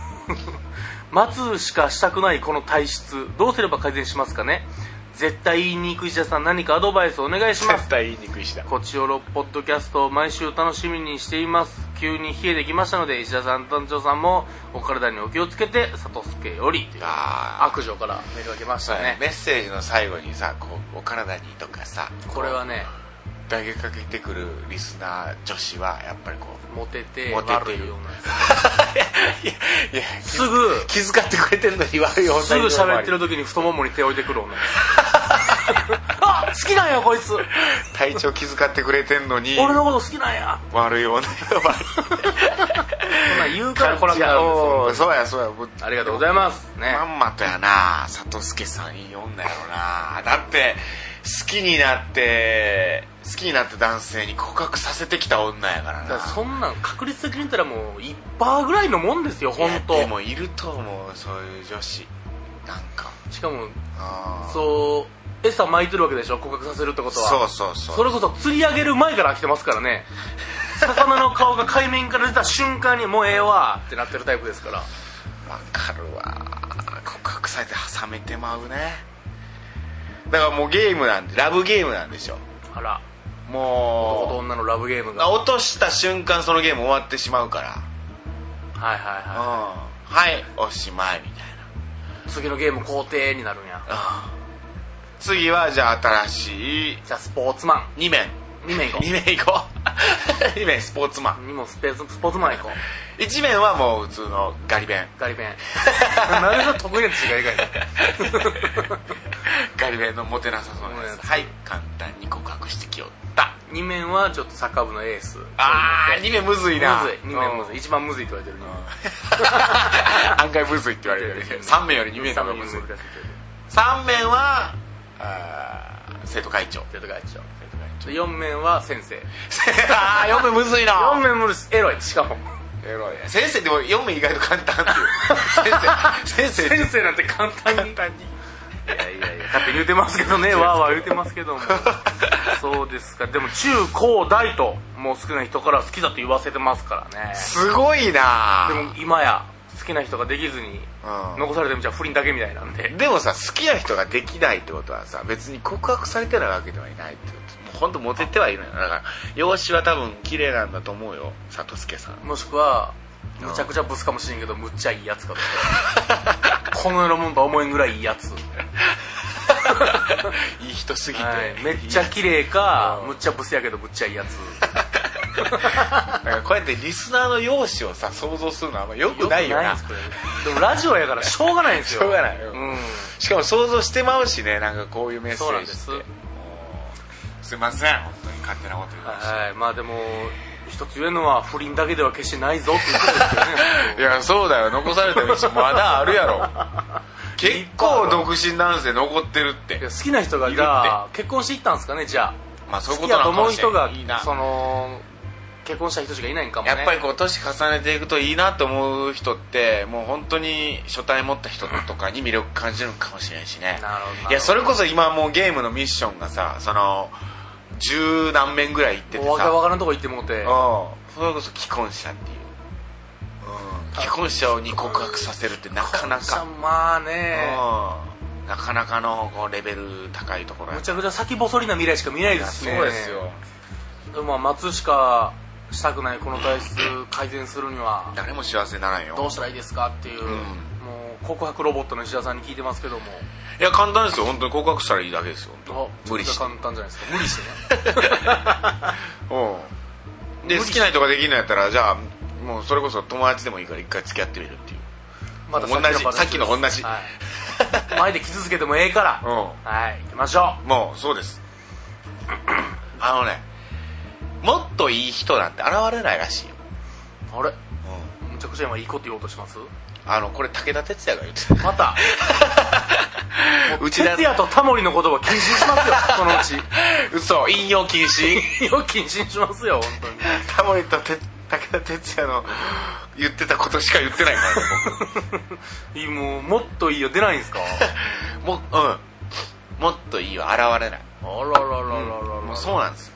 S2: 待つしかしたくないこの体質どうすれば改善しますかね絶対言いにくい石田さん何かアドバイスお願いしま
S1: 絶
S2: す
S1: 対言いにくいしだ
S2: こちおろポッドキャストを毎週楽しみにしています急に冷えてきましたので石田さん団長さんもお体にお気をつけて里助よりという
S1: あ
S2: 悪女からメールが来まし
S1: そ
S2: た
S1: う
S2: ね
S1: だねメッセージの最後にさこうお体にとかさ
S2: これはね
S1: 投げかけてくるリスナー女子はやっぱりこ
S2: モテて
S1: モテてる
S2: 悪いような
S1: ういやいや
S2: すぐ
S1: 気遣ってくれてるのに悪い [laughs] 女
S2: すぐ喋って
S1: る
S2: る時に太ももに手置いてくる [laughs] 女ですあ好きなんやこいつ
S1: 体調気遣ってくれてんのに
S2: 俺のこと好きなんや
S1: 悪い女呼ばれて
S2: そんなん言うから来なくなるんです
S1: おーそうやそうやもう
S2: ありがとうございますね
S1: まんまとやな里助さんいい女やろなだって好きになって好きになって男性に告白させてきた女やからな
S2: だからそんなん確率的に言ったらもう1%ぐらいのもんですよ本
S1: いやで
S2: 当
S1: もいると思うそういう女子なんか
S2: しかも
S1: あー
S2: そう餌巻いてるわけでしょ告白させるってことは
S1: そうそうそう
S2: それこそ釣り上げる前から飽きてますか
S1: [laughs]
S2: らね魚の顔が海面から出た瞬間にもうええわってなってるタイプですから
S1: わかるわ告白されて挟めてまうねだからもうゲームなんでラブゲームなんでしょ
S2: あら男と
S1: も
S2: 女のラブゲーム
S1: う
S2: がはい
S1: 落とした瞬間そのゲーム終わってしまうから
S2: はい
S1: うん
S2: は
S1: はいおしまいみたい
S2: い次のゲーム皇帝になるんや
S1: なうん次はじゃあ新しい
S2: じゃあスポーツマン
S1: 2面
S2: 2名行こ
S1: 2面いこう2 [laughs] 面スポーツマン
S2: うにもスペーススポーツマン行こう
S1: 1面はもう普通のガリ [laughs] 弁
S2: ガリ弁なるほど得意な違いがい
S1: [laughs] ガリベのモテなさそうなやつはい簡単に告白してきよった
S2: 2面はちょっとサッカー部のエース
S1: あー2面むずいな
S2: むずい2面むずい一番むずいって言われてる
S1: 案外むずいって言われてるね
S2: [laughs]
S1: 3面より2面の方がむずい3面はあー生徒会長
S2: 生徒会長4面は先生
S1: あー4面むずいな
S2: 4面もエロいしかも
S1: エロいね先生でも4面意外と簡単っ
S2: [laughs]
S1: ていう先生先生
S2: 先生なんて簡単に
S1: 簡単に
S2: いやいやいや勝手に言うてますけどね [laughs] わーわー言うてますけ [laughs] どもそうですかでも中高大ともう好きな人から好きだと言わせてますからね
S1: すごいな
S2: でも今や好きな人ができずに
S1: うん
S2: 残されてみちゃ不倫だけみたいなんで
S1: でもさ好きな人ができないってことはさ別に告白されてないわけではいないってこと本当モテてはいるのよだから容姿は多分綺麗なんだと思うよ里助さん
S2: もしくはむちゃくちゃブスかもしれんけどむっちゃいいやつかと [laughs] かこの世のもんとは思えんぐらいいいやつ、 [laughs]
S1: いい人すぎて、
S2: はい、めっちゃ綺麗かむっちゃブスやけどむっちゃいいやつ
S1: だからこうやってリスナーの容姿をさ想像するのはあんまよく [laughs] ないよな
S2: くないんですこれでもラジオやからしょうがないんですよ
S1: しょうがないよ
S2: うん
S1: しかも想像してまうしねなんかこういうメッセージって
S2: そうなんです
S1: もうすいません本当に勝手なこと言いました、
S2: はいまあでも一つ言えるのは不倫だけでは決してないぞって言ってるんです
S1: いやそうだよ残された道まだある
S2: [laughs]
S1: やろ結構独身男性残ってるって
S2: けどね好きな人が
S1: [laughs] いるって
S2: じゃあ結婚していったんですかねじゃあ
S1: まあそういうこ
S2: 好き
S1: と
S2: や
S1: な
S2: と
S1: のか
S2: 思
S1: も
S2: う
S1: しれ
S2: 人が
S1: んいいな
S2: その結婚した人しかいないんかもね
S1: やっぱりこう年重ねていくといいなと思う人ってもう本当に初対持った人とかに魅力感じるのかもしれんしね
S2: なるほどなるほど
S1: いやそれこそ今もうゲームのミッションがさその十何面ぐらい行ってて
S2: もうわけわ
S1: さ
S2: からんとこ行ってもうて
S1: うんそれこそ既婚者っていう、うん、既婚者に告白させるってなかなか、
S2: まあね
S1: うん、なかなかのこうレベル高いところや
S2: むちゃくちゃ先細りな未来しか見ないですしね
S1: そうですよ
S2: でもまあ待つしかしたくないこの体質改善するには
S1: 誰も幸せにならんよ
S2: どうしたらいいですかっていう、もう告白ロボットの石田さんに聞いてますけども
S1: いや簡単ですよ本当に告白したらいいだけですよ
S2: あ
S1: 本当無理して
S2: めっちゃ簡単じゃないですか無理してね
S1: うん
S2: 無
S1: で
S2: 理
S1: 好
S2: して
S1: きな人ができるのやったらじゃあもうそれこそ友達でもいいから一回付き合ってみるっていう
S2: [laughs] ま
S1: 同じさっきの同じ
S2: はい、前で傷つけてもええから、
S1: うん
S2: はい行きましょ
S1: もうそうです [clears throat] あのねもっといい人なんて現れないらしいよ、
S2: うあれ
S1: うん、
S2: むちゃくちゃ今いいこと言おうとします
S1: あのこれ武田鉄矢が言ってた [laughs]
S2: また
S1: 内田
S2: 哲也とタモリの言葉禁止しますよこのうち [laughs]
S1: 嘘引用禁止
S2: いや禁止しますよ本当に
S1: [laughs] タモリとて武田鉄矢の言ってたことしか言ってないからね
S2: [laughs] いいもうもっといいよ出ないんですか
S1: 僕 [laughs] もううんもっといいは現れない
S2: あらららららら
S1: もうそうなんです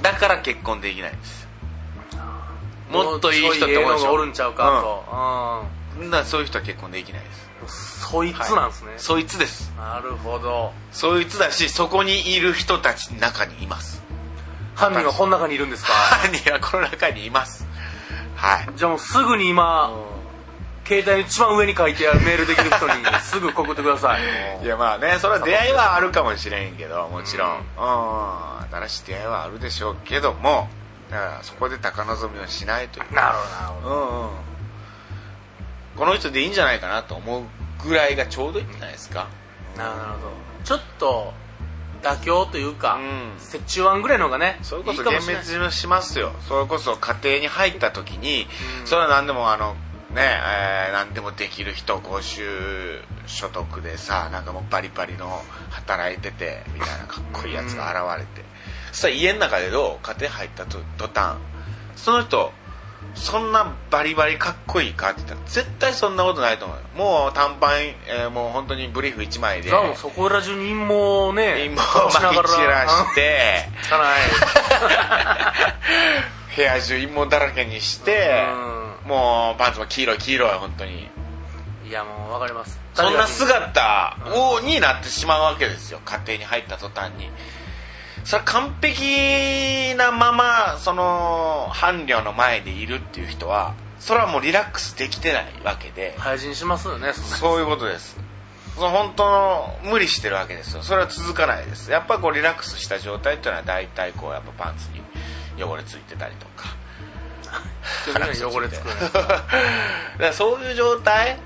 S1: だから結婚できないんですもっといい人って思う
S2: も
S1: で
S2: うちょいええの
S1: し
S2: が
S1: ょ
S2: おるんちゃうかと、
S1: なそういう人は結婚できないです
S2: そいつなんですね、
S1: そいつです
S2: なるほど
S1: そいつだしそこにいる人たちの中にいます [laughs]
S2: 犯人はこの中にいるんですか
S1: 犯人はこの中にいますはい
S2: じゃあもうすぐに今携帯の一番上に書いてあるメールできる人にすぐ告ってくだ [laughs] さい
S1: いやまあねそれは出会いはあるかもしれんけどもちろん、うん、新しい出会いはあるでしょうけどもだからそこで高望みをしないという
S2: なるほどなるほど
S1: うんうんこの人でいいんじゃないかなと思うぐらいがちょうどいいんじゃないですか
S2: なるほどちょっと妥協というか、
S1: うん
S2: 折衷案ぐらいの方がね
S1: それこ
S2: い
S1: そ
S2: いかも
S1: 厳
S2: しれない
S1: 密にしますよそれこそ家庭に入った時に、それは何でもあのねえー何でもできる人高収所得でさなんかもうバリバリの働いててみたいなかっこいいやつが現れて、そしたら家の中でどう家庭入ったと途端その人そんなバリバリかっこいいかって言ったら絶対そんなことないと思うよもう短パン、えーもう本当にブリーフ1枚で
S2: じゃあもうそこら中に陰謀をね
S1: 陰謀をま [laughs] き散らして
S2: [laughs] つかない
S1: 部屋中陰謀だらけにして、もうパンツも黄色い黄色い本当に
S2: [laughs] いやもうわかります
S1: そんな姿をになってしまうわけですよ家庭に入った途端にそれは完璧なままその伴侶の前でいるっていう人はそれはもうリラックスできてないわけで
S2: 配信しますよねそんな
S1: そういうことですその本当の無理してるわけですよそれは続かないですやっぱこうリラックスした状態っていうのは大体こうやっぱパンツに汚れついてたりとか
S2: 汚れつくね
S1: だからそういう状態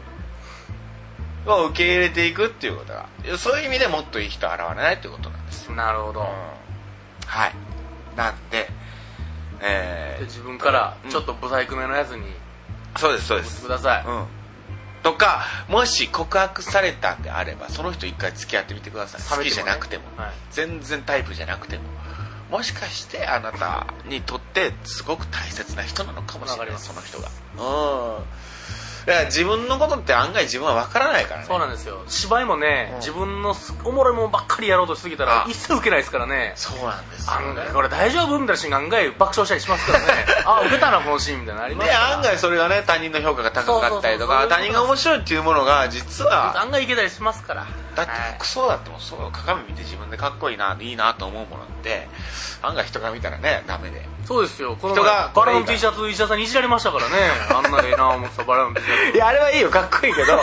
S1: を受け入れていくっていうことがそういう意味でもっといい人は現れないということなんですよ、
S2: なるほど、
S1: はいなんでえ
S2: で自分から
S1: うん
S2: ちょっとブサイクめのやつに
S1: ーそうですそうで
S2: 言って
S1: す
S2: ください、
S1: うんとかもし告白されたんであればその人一回付き合ってみてください、好
S2: 冷め
S1: き
S2: て
S1: じ
S2: もね
S1: ゃなくても、
S2: はい
S1: 全然タイプじゃなくてももしかしてあなたにとってすごく大切な人なのかもし
S2: わか
S1: れ
S2: り
S1: な
S2: ま
S1: い
S2: す
S1: その人がうんだから自分のことって案外自分は分からないからね
S2: そうなんですよ芝居もね、
S1: うん
S2: 自分のすおもろいもんばっかりやろうとしすぎたら
S1: あ
S2: 一切受けないですからね
S1: そうなんですよ
S2: 案
S1: ね
S2: 外これ大丈夫みたいなシーン案外爆笑したりします
S1: [laughs]
S2: からねあ受けたなこのシーンみたいなのあります
S1: で
S2: から
S1: 案外それがね他人の評価が高かったりと
S2: そ
S1: か
S2: うそうそうそう
S1: 他人が面白いっていうものが実は
S2: 案外いけたりしますから
S1: だって
S2: はい
S1: 服装だってもそう鏡見て自分でかっこいいないいなと思うものって案外人が見たらねダメで
S2: そうですよこの
S1: 人が
S2: バラの T シャツ石田さんにいじられましたからねあんなええな思ってたバラの T シャ
S1: いやあれはいいよかっこいい [laughs] けどい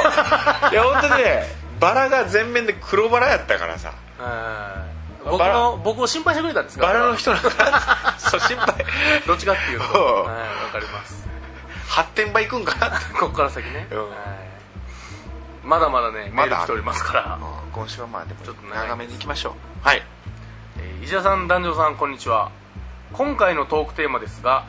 S1: や本当にねバラが全面で黒バラやったからさ
S2: ツはい僕
S1: バラ
S2: の僕を心配してくれたんですか
S1: バ
S2: ら
S1: ラの人だから [laughs] そう心配
S2: [laughs] どっちかっていうと
S1: おう
S2: はいわかります
S1: 発展場行くんかなって
S2: ここから先ね、
S1: うん
S2: はいまだまだねメ
S1: まだ
S2: ール来ておりますから、
S1: 今週はまあでも
S2: ちょっと長い
S1: 長めに行きましょうはい
S2: えー、石田さん男女さんこんにちは今回のトークテーマですが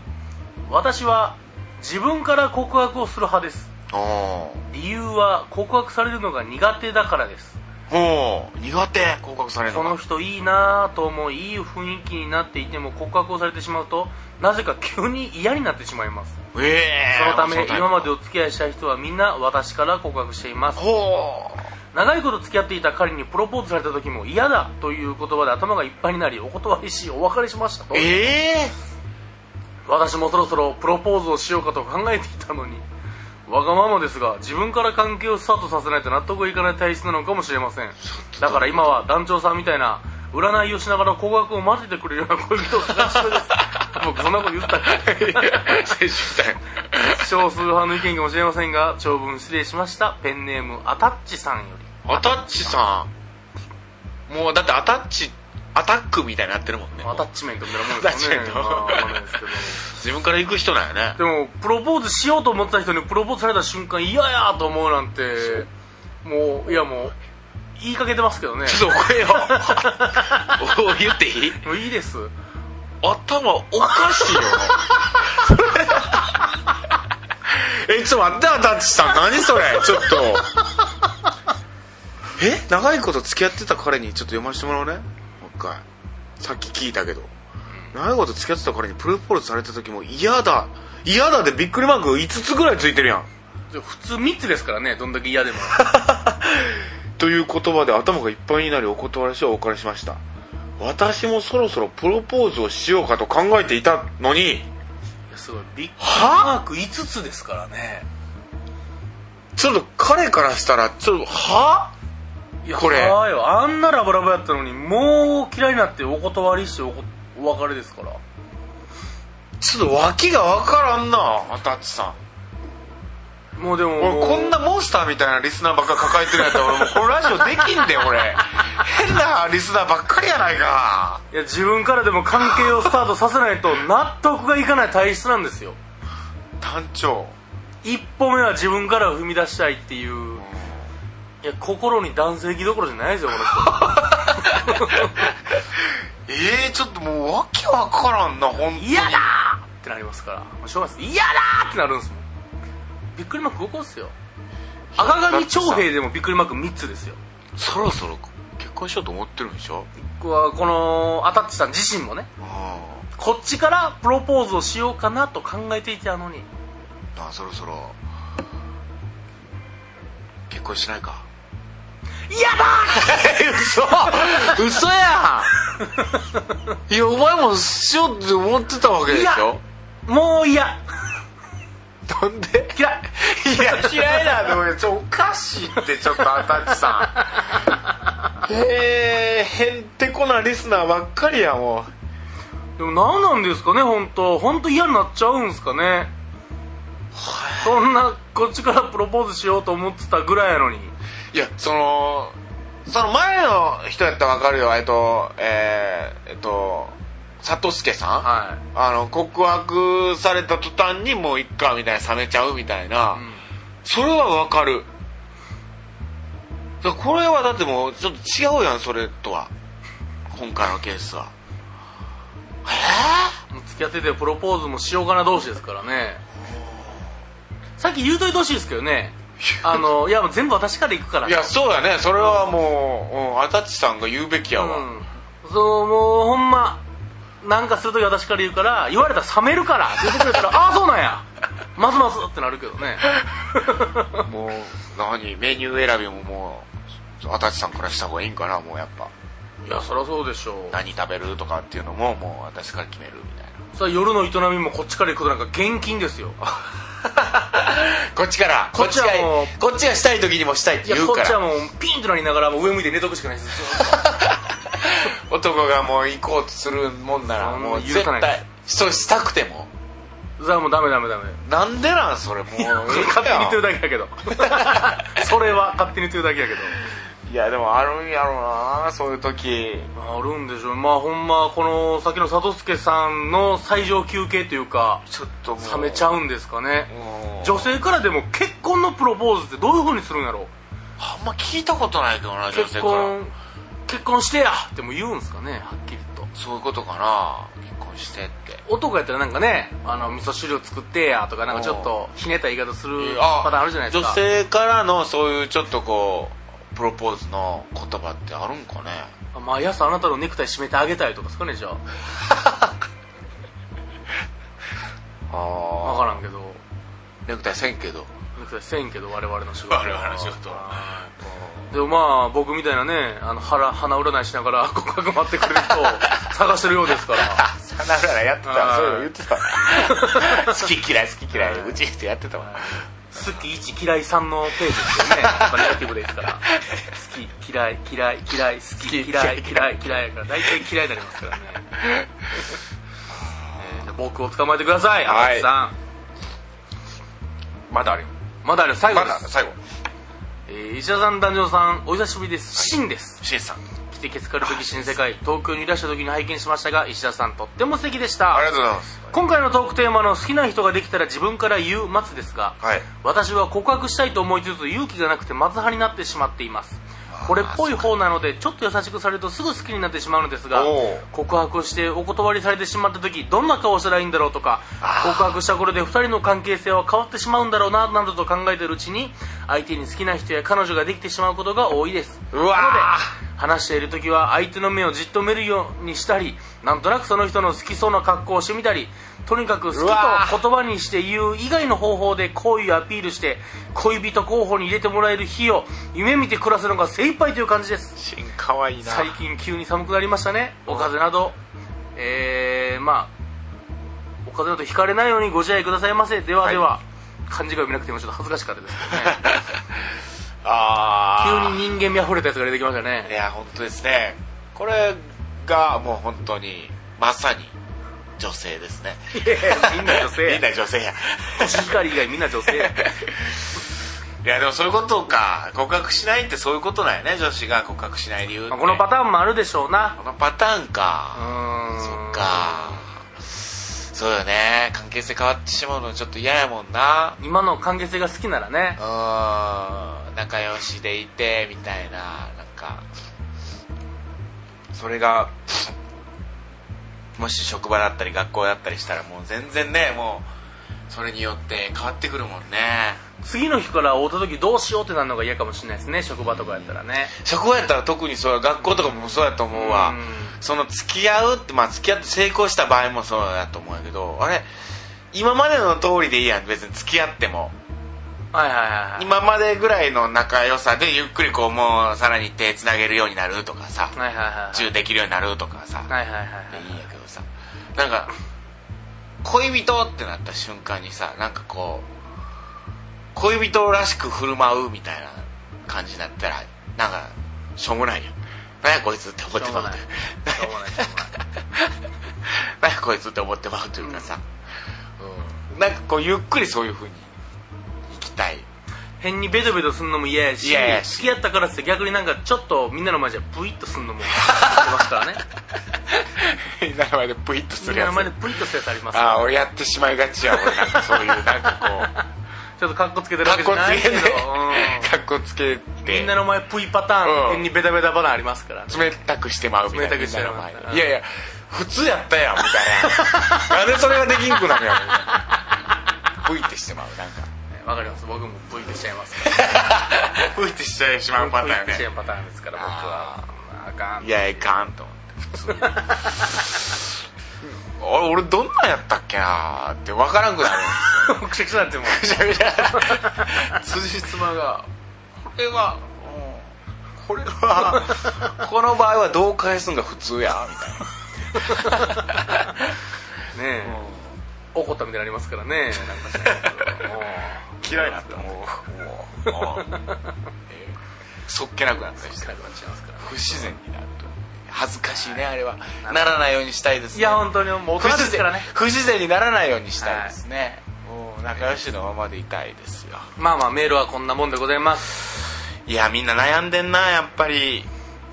S2: 私は自分から告白をする派です
S1: おお
S2: 理由は告白されるのが苦手だからです
S1: おー苦手合格される
S2: こ
S1: のが
S2: の人いいなぁと思いいい雰囲気になっていても告白をされてしまうとなぜか急に嫌になってしまいます
S1: ええ
S2: そのため
S1: タイプ
S2: 今までお付き合いした人はみんな私から告白しています
S1: ほ
S2: 長いこと付き合っていた彼にプロポーズされた時も嫌だという言葉で頭がいっぱいになりお断りしお別れしましたと
S1: うええ
S2: 私もそろそろプロポーズをしようかと考えていたのにわがままですが自分から関係をスタートさせないと納得がいかない体質なのかもしれませんだから今は団長さんみたいな占いをしながら告白を待っててくれるような恋人を探してです [laughs] 僕そんなこと言ったっけ
S1: 選手みたい
S2: [laughs] 少数派の意見かもしれませんが長文失礼しましたペンネームアタッチさんより
S1: アタッチさんもうだってアタッチアタックみたいになってるもんね
S2: アタッチメントみたいなもんですか
S1: ア
S2: ね
S1: タッチメン
S2: ま
S1: ト
S2: あわかんないです [laughs] けど
S1: 自分から行く人なんや [laughs] ね
S2: でもプロポーズしようと思ってた人にプロポーズされた瞬間嫌やと思うなんてもういやもう言いかけてますけどね
S1: ちょっ [laughs] とお声をお言っていい
S2: もういいです
S1: 頭おかしいよ [laughs] えちょっと待ってアタッチさん何それちょっとえ長いこと付き合ってた彼にちょっと読ませてもらうねもう一回さっき聞いたけど長いこと付き合ってた彼にプロポーズされた時も嫌だ嫌だでびっくりマーク5つぐらいついてるやん
S2: 普通3つですからねどんだけ嫌でも
S1: という言葉で頭がいっぱいになりお断りしお別れしました私もそろそろプロポーズをしようかと考えていたのに
S2: いやすごいビッグ
S1: は
S2: マーク5つですからね
S1: ちょっと彼からしたらちょっとはこれ
S2: はいよあんなラブラブやったのにもう嫌いになってお断りしておこお別れですから
S1: ちょっと脇が分からんなタッチさん
S2: もうでもも
S1: 俺
S2: う
S1: こんなモンスターみたいなリスナーばっか抱えてるやつは俺もうこのラジオできんで俺変なリスナーばっかりやないか
S2: いや自分からでも関係をスタートさせないと納得がいかない体質なんですよ
S1: 単調
S2: 一歩目は自分から踏み出したいっていういや心に男性気どころじゃないですよこの人
S1: えー、ちょっともう訳わからんな本当に
S2: 嫌だーってなりますからもうしょうがないです嫌だーってなるんですもんびっくりマーク5個っすよ赤紙長兵でもびっくりマーク3つですよ
S1: そろそろ結婚しようと思ってるんでしょ
S2: 僕はこのアタッチさん自身もね
S1: あ
S2: こっちからプロポーズをしようかなと考えていたのに
S1: あそろそろ結婚しないか
S2: 嫌だ
S1: 嘘嘘やんいやお前もしようって思ってたわけでしょ
S2: ーもう嫌
S1: なんで
S2: [laughs] 嫌い
S1: いや嫌いなんで俺ちょおかしいってちょっとアタッチさんえー、へんてこなリスナーばっかりやもう
S2: でも何なんですかね本当本当嫌になっちゃうんすかねそんなこっちからプロポーズしようと思ってたぐらいやのに
S1: いやそのその前の人やったらわかるよえっとえー、えっと里助さん、
S2: は
S1: あの告白された途端にもういっかみたいな冷めちゃうみたいな、
S2: い、うん
S1: それはわかるだからこれはだってもうちょっと違うやんそれとは今回のケースはえ
S2: もう付き合っててプロポーズもしようかな同士ですからねさっき言うといてほしいですけどねあのいやもう全部私から行くから
S1: いやそうやねそれはもう、うん、アタッチさんが言うべきやわ、
S2: うん、そうもうほんまなんかする時私から言うから言われたら冷めるからって言ってくれたらああそうなんやますますってなるけどね
S1: もう何メニュー選びももうアタッチさんからした方がいいんかなもうやっぱ
S2: [laughs] いやそりゃそうでしょう
S1: 何食べるとかっていうのももう私から決めるみ [laughs] たいな
S2: さあ夜の営みもこっちから行くことなんか現金ですよ
S1: こっちから
S2: こっちはもう
S1: こっちがしたい時にもしたいっ
S2: いやこっちはもうピンとなりながらもう上向いて寝とくしかないですずっ
S1: [laughs]
S2: と
S1: 男がもう行こうとするもんなら
S2: そんな
S1: もう
S2: 許
S1: 絶
S2: さない
S1: 対そうしたくても
S2: それはもうダメダメダメ
S1: なんでなんそれもう
S2: 勝手に言ってるだけやけ [laughs] どそれは勝手に言ってるだけやけど
S1: いやでもあるんやろうなそういう時
S2: あるんでしょうまあほんまこの先の里助さんの最上級系というか
S1: ちょっと
S2: 冷めちゃうんですかね
S1: もう
S2: 女性からでも結婚のプロポーズってどういう風にするんやろ
S1: あんま聞いたことないけどな女
S2: う
S1: 性
S2: 結
S1: から
S2: 婚結婚してやっても言うんすかねはっきりと
S1: そういうことかな結婚してって
S2: 男やったらなんかねあの味噌汁を作ってやとかなんかちょっとひねった言い方するパターンあるじゃないですか
S1: 女性からのそういうちょっとこうプロポーズの言葉ってあるんかね
S2: 毎朝あなたのネクタイ締めてあげたいとかですかねじゃあ分
S1: ああ
S2: からんけど
S1: ネクタイせんけど
S2: ネクタイせんけど我々の仕事は
S1: 我々の仕事は
S2: はいでもまあ僕みたいなねあの腹鼻占いしながら告白待ってくれる人を探してるようですから
S1: さながらやって
S2: はい
S1: たそういうの言ってた [laughs] 好き嫌い好き嫌いうちってやってたわ
S2: 好き1嫌い3のページですよねやっぱネガティブですから好き嫌い嫌い嫌い好き嫌い嫌い嫌い嫌いやから大体嫌いになりますからね、えーじゃあ僕を捕まえてください
S1: はい
S2: 足立さ
S1: まだあるよ
S2: んまだある最後
S1: ま
S2: で
S1: だある
S2: す、
S1: 最後
S2: えー石田さん男女さんお久しぶりですシンです
S1: しんさん
S2: 来てけつかるべき新世界東京にいらした時に拝見しましたが石田さんとっても素敵でした
S1: ありがとうございます
S2: 今回のトークテーマの好きな人ができたら自分から言う松ですが、
S1: はい
S2: 私は告白したいと思いつつ勇気がなくて松派になってしまっていますこれっぽい方なのでちょっと優しくされるとすぐ好きになってしまうのですが
S1: おう
S2: 告白してお断りされてしまった時どんな顔をしたらいいんだろうとか告白した頃で2人の関係性は変わってしまうんだろうななどと考えているうちに相手に好きな人や彼女ができてしまうことが多いです
S1: うわー
S2: なので話している時は相手の目をじっと見るようにしたりなんとなくその人の好きそうな格好をしてみたりとにかく好きと
S1: うわ
S2: 言葉にして言う以外の方法で好意をアピールして恋人候補に入れてもらえる日を夢見て暮らすのが精一杯という感じです
S1: しんかわいいな
S2: 最近急に寒くなりましたねお風邪などえー、まあお風邪などひかれないようにご自愛くださいませではでは、漢字が読めなくて今ちょっと恥ずかしかったですけど [laughs] ね
S1: ああ
S2: 急に人間味あふれたやつが出てきましたね
S1: いや本当ですねこれがもう本当にまさに女性ですね
S2: いやいやみんな女性
S1: みんな女性や
S2: コシヒカリ以外みんな女性
S1: [laughs] いやでもそういうことか告白しないってそういうことなんやね女子が告白しない理由って、
S2: まあこのパターンもあるでしょうな
S1: このパターン
S2: う
S1: か
S2: ーん
S1: そっかそうよね関係性変わってしまうのちょっと嫌やもんな
S2: 今の関係性が好きならね
S1: うーん仲良しでいてみたいななんかそれがもし職場だったり学校だったりしたらもう全然ねもうそれによって変わってくるもんね
S2: 次の日から会った時どうしようってなるのが嫌かもしれないですね職場とかやったらね
S1: 職場やったら特にそうや学校とかもそうやと思うわ
S2: うん
S1: その付き合うってまあ付き合って成功した場合もそうやと思うんやけどあれ今までの通りでいいやん別に付き合っても
S2: はいはいはい
S1: 今までぐらいの仲良さでゆっくりこうもうさらに手つなげるようになるとかさ
S2: はいはいは
S1: 中できるようになるとかさ
S2: いはいはいはいはい
S1: いいんやけどさなんか恋人ってなった瞬間にさなんかこう恋人らしく振る舞うみたいな感じになったらなんかしょうもないやん何やこいつって思ってまうという
S2: しょうもないしょうもない
S1: 何やこいつって思ってまうというかさ、うんなんかこうゆっくりそういうふうに行きたい [laughs]
S2: 変にベトベトすんのも嫌やし
S1: 嫌やし
S2: 付き合ったからって逆になんかちょっとみんなの前じゃブイッとすんのもありま
S1: [laughs]
S2: すからね
S1: みんなの前でプイッとする
S2: みんな
S1: や
S2: の
S1: つ
S2: 前でブイッとしたやつありますか
S1: ああ
S2: ら
S1: 俺やってしまいがちや俺なんかそういうなん
S2: [laughs]
S1: か
S2: ちょっとカッコつけて
S1: こう
S2: るわけ
S1: 格好
S2: じゃない
S1: つけ
S2: けど
S1: て [laughs] 格好つけ
S2: うん
S1: て
S2: みんなの前プイパターン
S1: うん
S2: 変にベタベタバナありますからね
S1: 冷たくしてまうみたいな
S2: 冷たくしてまう
S1: みんなの前
S2: うん
S1: でいやいや普通やったやんみたいな [laughs] なんでそれができんくなるやんみたいなブイってしてまうなん
S2: [laughs]
S1: か
S2: わかります僕もブイッとしちゃいます
S1: ブイってしてし
S2: ブ
S1: ま
S2: イ
S1: うパター
S2: ッ
S1: ン
S2: としちゃ
S1: ね
S2: うパターンですから僕はあかん
S1: いやいかんと思って普通に [laughs] あれ俺どんなんやったっけなーって分からんくなるんですよ
S2: くしゃくしゃなっても
S1: ぐち [laughs] ゃぐちゃ辻褄がこれはうんこれはこの場合はどう返すんが普通やみたいな
S2: ねえ怒ったみたいになりますからねなんかしないけどもう
S1: 嫌いだったもうもうもうえーそっけなくなったりして
S2: 辛くなっちゃいますから
S1: 不自然になると恥ずかしいねあれはならないようにしたいですね
S2: いや本当にもう
S1: 不
S2: 大人で
S1: 自
S2: す
S1: 然
S2: からね
S1: 不自然にならないようにしたいですね、もう仲良しのままでいたいですよ
S2: まあまあメールはこんなもんでございます
S1: いやみんな悩んでんなやっぱり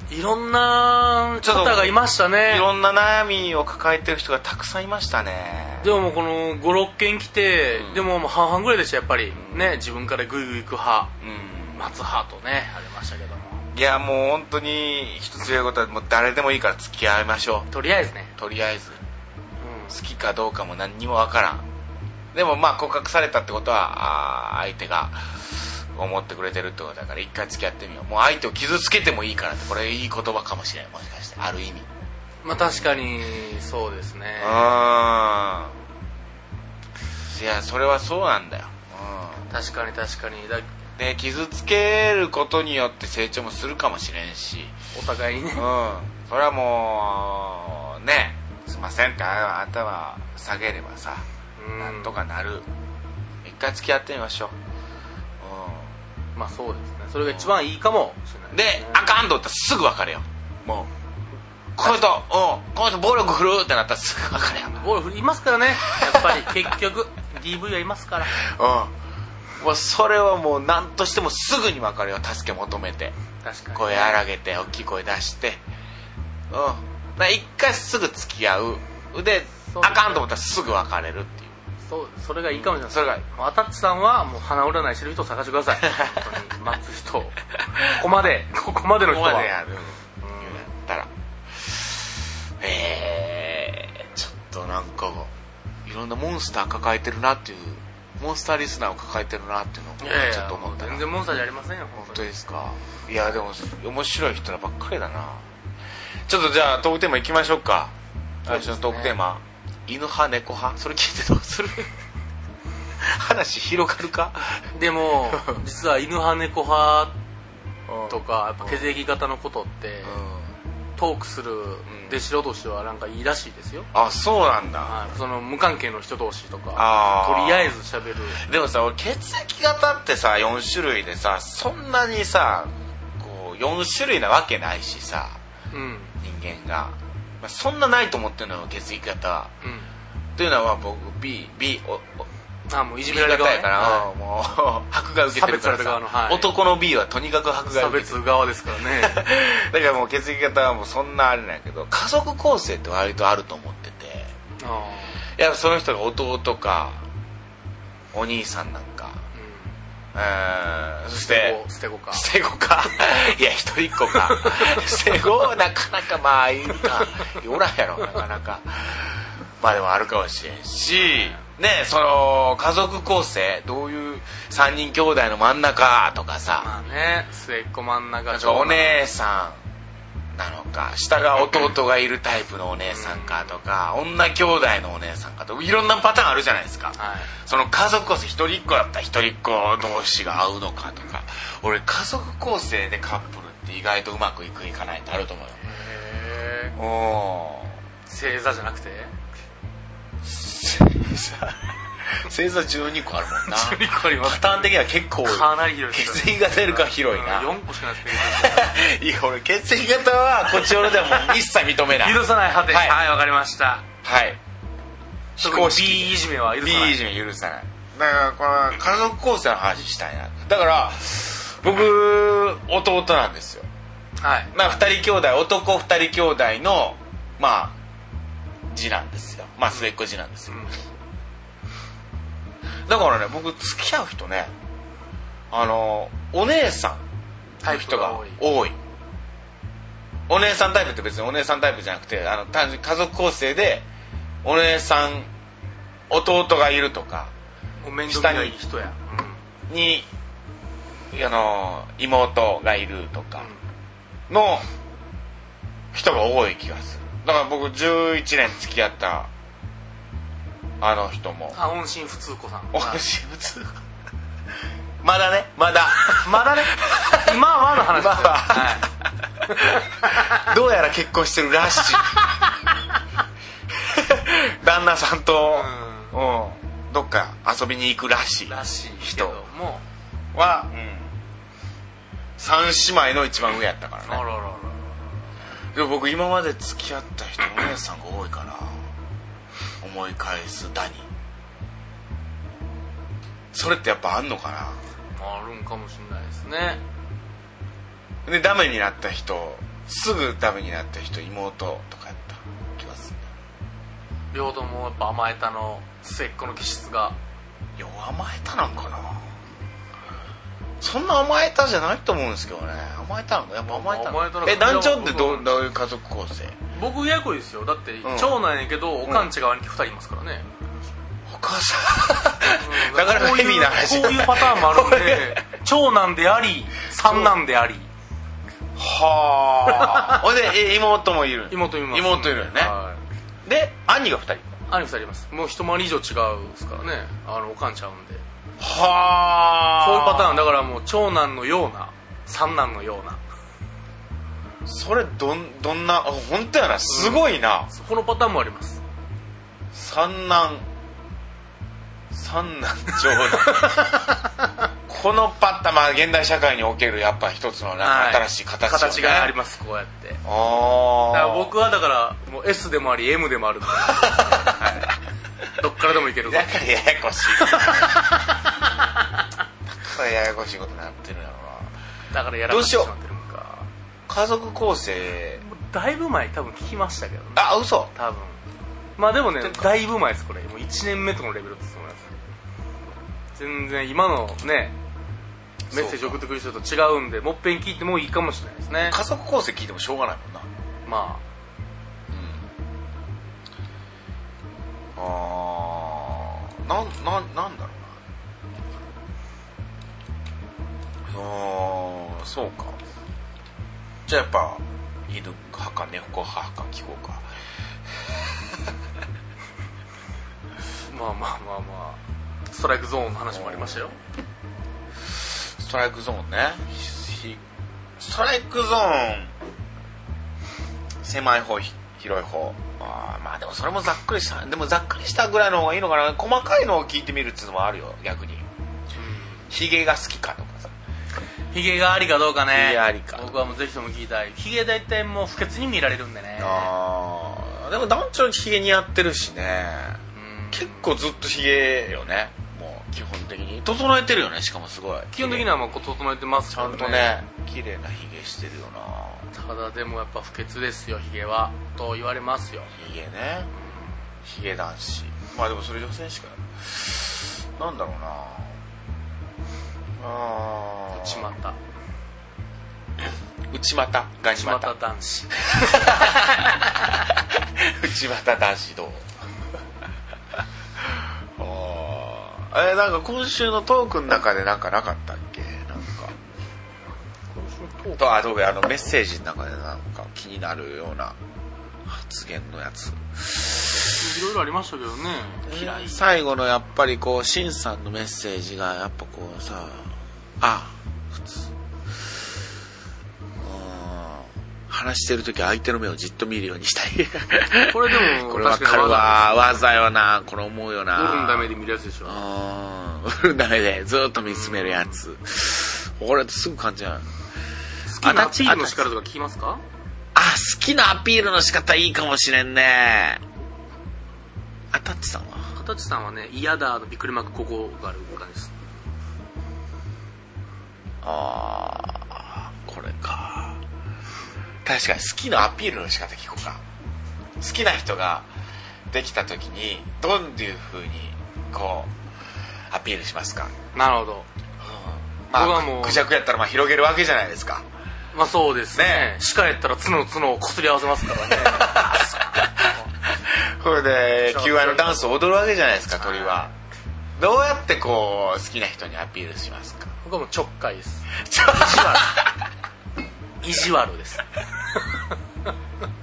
S2: いろんな方がいましたね
S1: いろんな悩みを抱えてる人がたくさんいましたね
S2: でももうこの56件来て、
S1: うん
S2: でももう半々ぐらいでしたやっぱりね自分からグイグイ行く派
S1: うん
S2: 待つ派とねありましたけども
S1: いやもう本当に一つ言えることはもう誰でもいいから付き合いましょ
S2: とりあえずね
S1: うとりあえず
S2: う
S1: 好きかどうかも何にもわからんでもまあ告白されたってことはあー相手が思ってくれてるってことだから一回付き合ってみようもう相手を傷つけてもいいからってこれいい言葉かもしれないもしかしてある意味
S2: んまあ確かにそうですね
S1: うんいやそれはそうなんだようん
S2: 確かに確かにだ
S1: で傷つけることによって成長もするかもしれんし
S2: お互いにね
S1: うんそれはもうねすいませんってあ頭下げればさ
S2: うん
S1: なんとかなる一回付き合ってみましょう、
S2: まあそうですねそれが一番いいかもしれな
S1: う
S2: い
S1: ん、で
S2: ね
S1: あかんと思ったらすぐ別れようもうこの人、うん、この人暴力振るうってなったらすぐ別れよ
S2: ゴルフいますからねやっぱり [laughs] 結局 DV はいますから
S1: うんもうそれはもう何としてもすぐに別れよう助け求めて
S2: 確かに
S1: 声荒げて大きい声出してうんだから一回すぐ付き合うで
S2: そう
S1: あかんと思ったらすぐ別れるっていう
S2: そうそれがいいかもしれない
S1: それがいい
S2: もうアタッチさんはもう鼻占いしてる人を探してください本当に待つ人をここまでここまでの
S1: こ
S2: 人
S1: こ
S2: は
S1: までやるやったらえー、ちょっとなんかいろんなモンスター抱えてるなっていうモンスターリスナーを抱えてるなっていうのを
S2: いやいや
S1: ちょっと思ったな
S2: 全然モンスターじゃありませんよ
S1: 本
S2: 本当
S1: 当
S2: に
S1: ですかいやでも面白い人らばっかりだなちょっとじゃあトークテーマいきましょうか
S2: そう
S1: 最
S2: です
S1: 初の
S2: ね
S1: トークテーマ、犬派猫派それ聞いてどうす [laughs] る話広がるか [laughs]
S2: でも実は犬派猫派
S1: と
S2: とかやっぱ血液型のことって
S1: う
S2: 統トークする弟子同士はなんかいいらしいですよ、
S1: あそうなんだ
S2: はい、その無関係の人同士とか
S1: あー
S2: とりあえずしゃべる
S1: でもさ俺血液型ってさ4種類でさそんなにさこう4種類なわけないしさ
S2: うんうん
S1: 人間が、まあ、そんなないと思ってるのよ血液型というのは僕 B, B おお
S2: あーもういじめら
S1: ら
S2: れ
S1: れ方や
S2: 側、ね、
S1: から、
S2: は
S1: もう [laughs] 箔が受けてるから
S2: 差別された側
S1: さ、
S2: のはい
S1: 男の B はとにかく
S2: い
S1: 箔が
S2: 差
S1: 受けて
S2: 別側で
S1: [laughs]
S2: すから
S1: る
S2: ね
S1: だからもう血液型はもうそんなあれなんやけど家族構成って割とあると思ってて
S2: あ
S1: やっぱその人が弟かお兄さんなんか
S2: ーうん
S1: うんそし
S2: 捨て
S1: て
S2: 子捨て子か
S1: 捨て子か [laughs] いや一人っ子か捨て子はなかなかまあいいかおらんやろなかなかまあでもあるかもしれんしねその家族構成どういう3人兄弟の真ん中とかさ
S2: まあね末っ子真ん中
S1: なんかお姉さんなのか下が弟がいるタイプのお姉さんかとか女兄弟のお姉さんかとかいろんなパターンあるじゃないですか
S2: はい
S1: その家族構成一人っ子だったら一人っ子同士が合うのかとか俺家族構成でカップルって意外とうまくいくいかないってあると思うよ
S2: へえ
S1: お
S2: 星座じゃなくて
S1: 星座星座12個あるもん
S2: [laughs]
S1: な [laughs]
S2: 12個あります
S1: パターン的には結構多い
S2: かなり広いです
S1: 血液が出るか広いな、
S2: うん4個しかなく
S1: [laughs]
S2: て
S1: いや俺血液型はこっち俺ではもう一切認めない
S2: 許さない派手
S1: はい
S2: はいわかりました
S1: はい非公式
S2: B いじめは許さない
S1: B じゃ許さないだからこの家族構成の話したいなだから僕弟なんですよ
S2: はい
S1: まあ2人兄弟男2人兄弟のまあ次男ですよまあ末っ子次男ですよだからね僕付き合う人ねあのお姉さん
S2: タ
S1: の
S2: イプ
S1: 人
S2: が
S1: が
S2: 多い
S1: 多いお姉さんタイプって別にお姉さんタイプじゃなくてあの単純に家族構成でお姉さん弟がいるとか
S2: お面倒見のいい人や
S1: にあの妹がいると
S2: うん
S1: かの人が多い気がするだから僕11年付き合ったあの人も
S2: あ音信不通子さん
S1: おしぶつまだねまだ
S2: まだね今はの話ですよ
S1: 今は
S2: はい
S1: どうやら結婚してるらし [laughs] い旦那さんと、
S2: う
S1: うんどっか遊びに行くらしい
S2: らしいけども
S1: は、3姉妹の一番上やったから
S2: あら
S1: ね
S2: ららら
S1: でも僕今まで付き合った人お姉さんが多いから思い返すダニそれってやっぱあんのか
S2: あるんかもしれないですね
S1: なでダメになった人すぐダメになった人妹とかやった気がする
S2: 両方ともやっぱ甘えたの末っ子の気質が
S1: よ甘えたなんかなそんな甘えたじゃないと思うんですけどね甘えたのかやっぱ甘えたの
S2: 甘えたのか
S1: え団長って
S2: いや
S1: ど
S2: 僕
S1: うどういう家族構成
S2: 僕ややこいですよだって
S1: ん
S2: 長男やけどおかんちが兄貴2人いますからね
S1: お母さんなかなかヘビーな話
S2: こういうこういうパターンもあるんで長男であり三男であり [laughs]
S1: はあほんでえ妹もいる
S2: 妹います
S1: 妹いるよね
S2: はい
S1: で兄が2人
S2: 兄2人いますもう一回り以上違うですからねあのおかんちゃうんで
S1: はあ
S2: こういうパターンだからもう長男のような三男のような
S1: それどんどんなあ本当やなすごいな、
S2: このパターンもあります
S1: 三男三男長男
S2: [laughs]
S1: このパターンまあ現代社会におけるやっぱ一つのなん
S2: は
S1: か新しい形、ね
S2: 形があり
S1: ます
S2: ますこうやってだか
S1: あ
S2: ら
S1: あ
S2: 僕はだからもう S でもあり M でもあるん
S1: [laughs]
S2: ではいどっからでもいける
S1: だからややこしいだからややこしいことになってるんやろな
S2: だからやらかしてしまってるんか
S1: 家族構成
S2: もうだいぶ前に多分聞きましたけどね
S1: あ嘘
S2: 多分まあでもね
S1: てか
S2: だいぶ前ですこれもう1年目とかのレベルだと思います全然今のねメッセージ送ってくる人と違うんでもっぺん聞いてもいいかもしれないですね
S1: 家族構成聞いてもしょうがないもんな
S2: ま
S1: あーなんなんなんだろうなあーそうかじゃあやっぱ犬派か猫派か聞こうか
S2: あまあまあまあまあストライクゾーンの話もありましたよ
S1: ストライクゾーンねひひストライクゾーン狭い方ひ広い方あーまあでもそれもざっくりしたでもざっくりしたぐらいの方がいいのかな細かいのを聞いてみるっつうのもあるよ逆にヒゲが好きかとかさ
S2: ヒゲがありかどうかね
S1: ヒゲありか
S2: 僕はもうぜひとも聞きたいヒゲ大体もう不潔に見られるんでね
S1: あーでも団長ヒゲ似合ってるしね
S2: うん
S1: 結構ずっとヒゲよねもう基本的に整えてるよねしかもすごい
S2: 基本的にはもうこう整えてます
S1: ち
S2: け
S1: ゃ
S2: ど
S1: んとね綺麗なヒゲしてるよな
S2: ただでもやっぱ不潔ですよヒゲはと言われますよ
S1: ヒゲねヒゲ男子まあでもそれ女性しかなんだろうなあー
S2: ちまた
S1: 内股ガニ
S2: ちま
S1: 股 [laughs]
S2: た男子
S1: 内股男子どう [laughs] あーえなんか今週のトークの中でなんかなかったっけなんかとあどうやあのメッセージの中でなんか気になるような発言のやつ
S2: いろいろありましたけどね嫌い
S1: 最後のやっぱりこうシンさんのメッセージがやっぱこうさあ普通うん話してる時相手の目をじっと見るようにしたい
S2: [laughs] これでも
S1: [laughs] これわかるわ技よなこれ思うよな
S2: 夜のダメで見るやつでしょ
S1: うんうんダメでずっと見つめるやつ俺すぐ感じない
S2: 好きなアピールの仕方とか聞きますか
S1: あ好きなアピールの仕方いいかもしれんねあタッチさんは
S2: カタチさんはね嫌だのびっくりマークここがある感じです
S1: あーこれか確かに好きなアピールの仕方聞こうか好きな人ができた時にどういうふうにこうアピールしますか、
S2: なるほど
S1: ま
S2: 僕は
S1: あ
S2: もう
S1: くじゃくやったらまあ広げるわけじゃないですか
S2: まあそうです
S1: ね
S2: ね鹿やったら角角をこすり合わせますからね
S1: これで
S2: そう
S1: 求愛のダンスを踊るわけじゃないですか鳥はどうやってこう好きな人にアピールします
S2: [laughs]
S1: か
S2: 僕はもうちょっかいです
S1: ちょ
S2: 意地悪です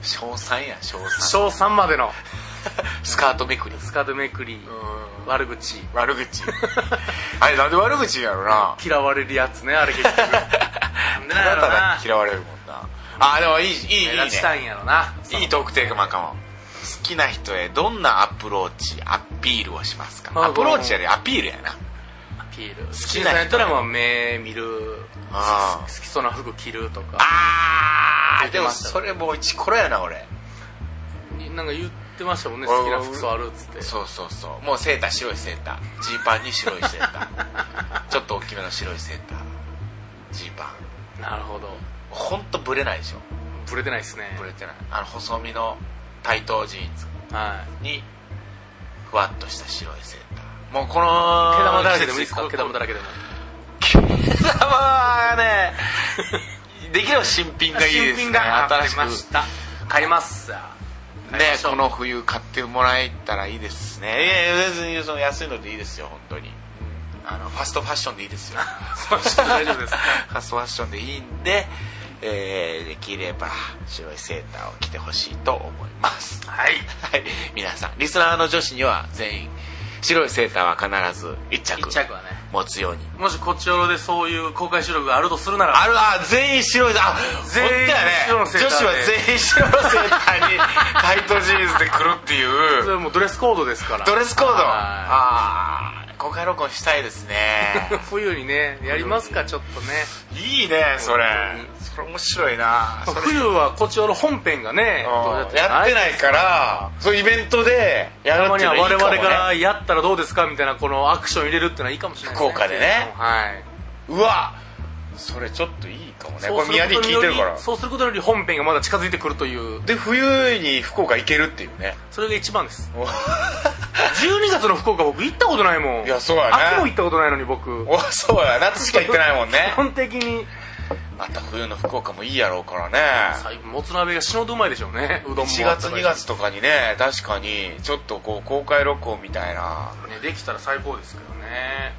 S1: 小3や小3
S2: 小3までの
S1: スカートめくり
S2: スカートめくり悪口
S1: 悪口 [laughs] あれなんで悪口やろな
S2: 嫌われるやつねあれ結局なんで
S1: た
S2: なんや
S1: だ
S2: ろ
S1: た
S2: な
S1: だ嫌われるもんなあでもいいいいいい
S2: 目
S1: ね
S2: 立ちたいんやろない
S1: いトークテーマかも好きな人へどんなアプローチアピールをしますか
S2: あ
S1: アプローチやでアピールやな
S2: アピール好
S1: き
S2: き
S1: な人
S2: な人らもう目見る
S1: あ
S2: 好きそうな服着るとか
S1: あーでもそれもう一頃やな俺
S2: なんか言ってましたもんね
S1: 俺
S2: 好きな服装あるっつって
S1: そうそうそうもうセーター白いセータージーパンに白いセーター
S2: [laughs]
S1: ちょっと大きめの白いセータージーパン
S2: なるほど
S1: ほんとブレないでしょ
S2: ブレてないですね
S1: ブレてないあの細身のタイトジーンズ
S2: は
S1: にふわっとした白いセーターもうこの
S2: い毛玉だらけでもいいです
S1: こ
S2: か
S1: う
S2: 毛玉だらけでも
S1: 毛玉はねできれば新品がいいですね
S2: 新品が
S1: 新
S2: 新
S1: し
S2: し
S1: く
S2: ました買います
S1: ねこの冬買ってもらえたらいいですねいや別にその安いのでいいですよ本当にあのファストファッションでいいですよ
S2: [laughs] そうして [laughs] 大丈夫です
S1: ファストファッションでいいんで、えーできれば白いセーターを着てほしいと思いますはい、はい、皆さんリスナーの女子には全員白いセーターは必ず一着
S2: 一着はね
S1: 持つように
S2: もしこっちよろでそういう公開収録があるとするなら
S1: あるあ全員白いあ
S2: 全員白のセータ
S1: 女
S2: ーで
S1: 子は全員白のセーターにタイトジーンズで来るって [laughs]
S2: そ
S1: いう
S2: れもうドレスコードですから
S1: ドレスコード
S2: は
S1: ああ公開録音したいですね
S2: い冬にねやりますかちょっとね
S1: [laughs] いいねそれ
S2: 本
S1: それ面白いなそれ
S2: 冬はこっちよろ本編がねどう
S1: や
S2: や
S1: っ
S2: って
S1: てないからそういうイベントでや
S2: た
S1: るっ
S2: ま
S1: て
S2: に
S1: いう
S2: は
S1: のはいい
S2: 我
S1: かも
S2: 々
S1: ね
S2: がやったらどうですかみたいなこのアクション入れるってのはいいかもしれない
S1: 福岡でね
S2: はい、
S1: うわそれちょっといいかもねこれ宮城聞いて
S2: そうすることによ
S1: る
S2: り
S1: から
S2: そうすることより本編がまだ近づいてくるという
S1: で冬に福岡行けるっていうね
S2: それが一番です12月の福岡僕行ったことないも
S1: [laughs]
S2: ん
S1: いやそうやね
S2: 秋も行ったことないのに僕
S1: おそうや夏しか行ってないもんね
S2: [laughs] 基本的に
S1: また冬の福岡もいいやろうからね
S2: 最後もつ鍋が死ぬほどうまいでしょうね [laughs] うどんも
S1: 1月2月とかにね確かにちょっとこう公開録音みたいな
S2: ねできたら最高ですけどね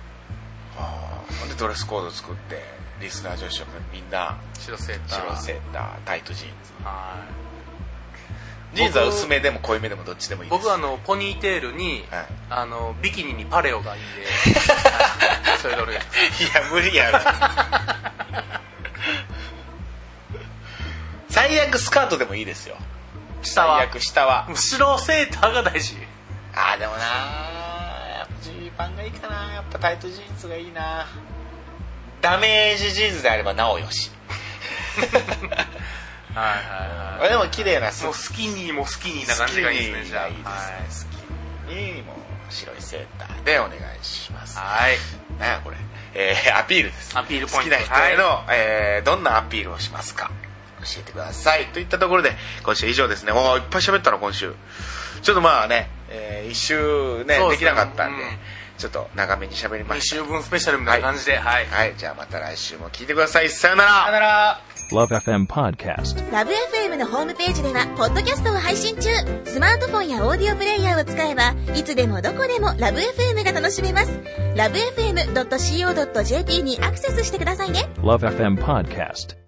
S1: でドレスコード作ってリスナー女子をみんな
S2: 白セーター
S1: 白セータータイトジーンズ
S2: はい
S1: ジーンズは薄めでも濃いめでもどっちでもいいです
S2: 僕はあのポニーテールに、
S1: はい
S2: あのビキニにパレオがいいん [laughs] でそれでお願いします
S1: いや無理
S2: [laughs]
S1: やろ最悪スカートでもいいですよ
S2: 下は
S3: 最悪下は
S2: 白セーターが大事
S1: あーでもなーやっぱジーパンがいいかなやっぱタイトジーンズがいいなダメージジーンズであればなおよし
S2: はいはい
S1: でも綺麗なス
S2: もう
S1: ーツ
S2: スキニーもスキニーな感じがいいですねじゃあ
S1: いいですね好きにもう白いセーターでお願いします
S2: はい
S1: なんやこれえーアピールです
S2: アピールポイ
S1: 好
S2: ント
S1: きな人への、えーどんなアピールをしますか教えてくださいといったところで今週以上ですねおーいっぱい喋ったの今週ちょっとまあね、え1周ね
S2: そ
S1: で
S2: うです
S1: き
S2: ね
S1: なかったんで、
S2: うん
S1: ちょっと長めに喋りま
S2: 2
S1: した
S2: 週分スペシャルみたいな感じではい
S1: はいじゃあまた来週も聞いてくださいさよなら
S2: さよなら
S4: Love FM Podcast.
S5: ラブ f m のホームページではポッドキャストを配信中スマートフォンやオーディオプレイヤーを使えばいつでもどこでもラブ f m が楽しめますラブ FM.co.jp にアクセスしてくださいね
S4: Love FM Podcast.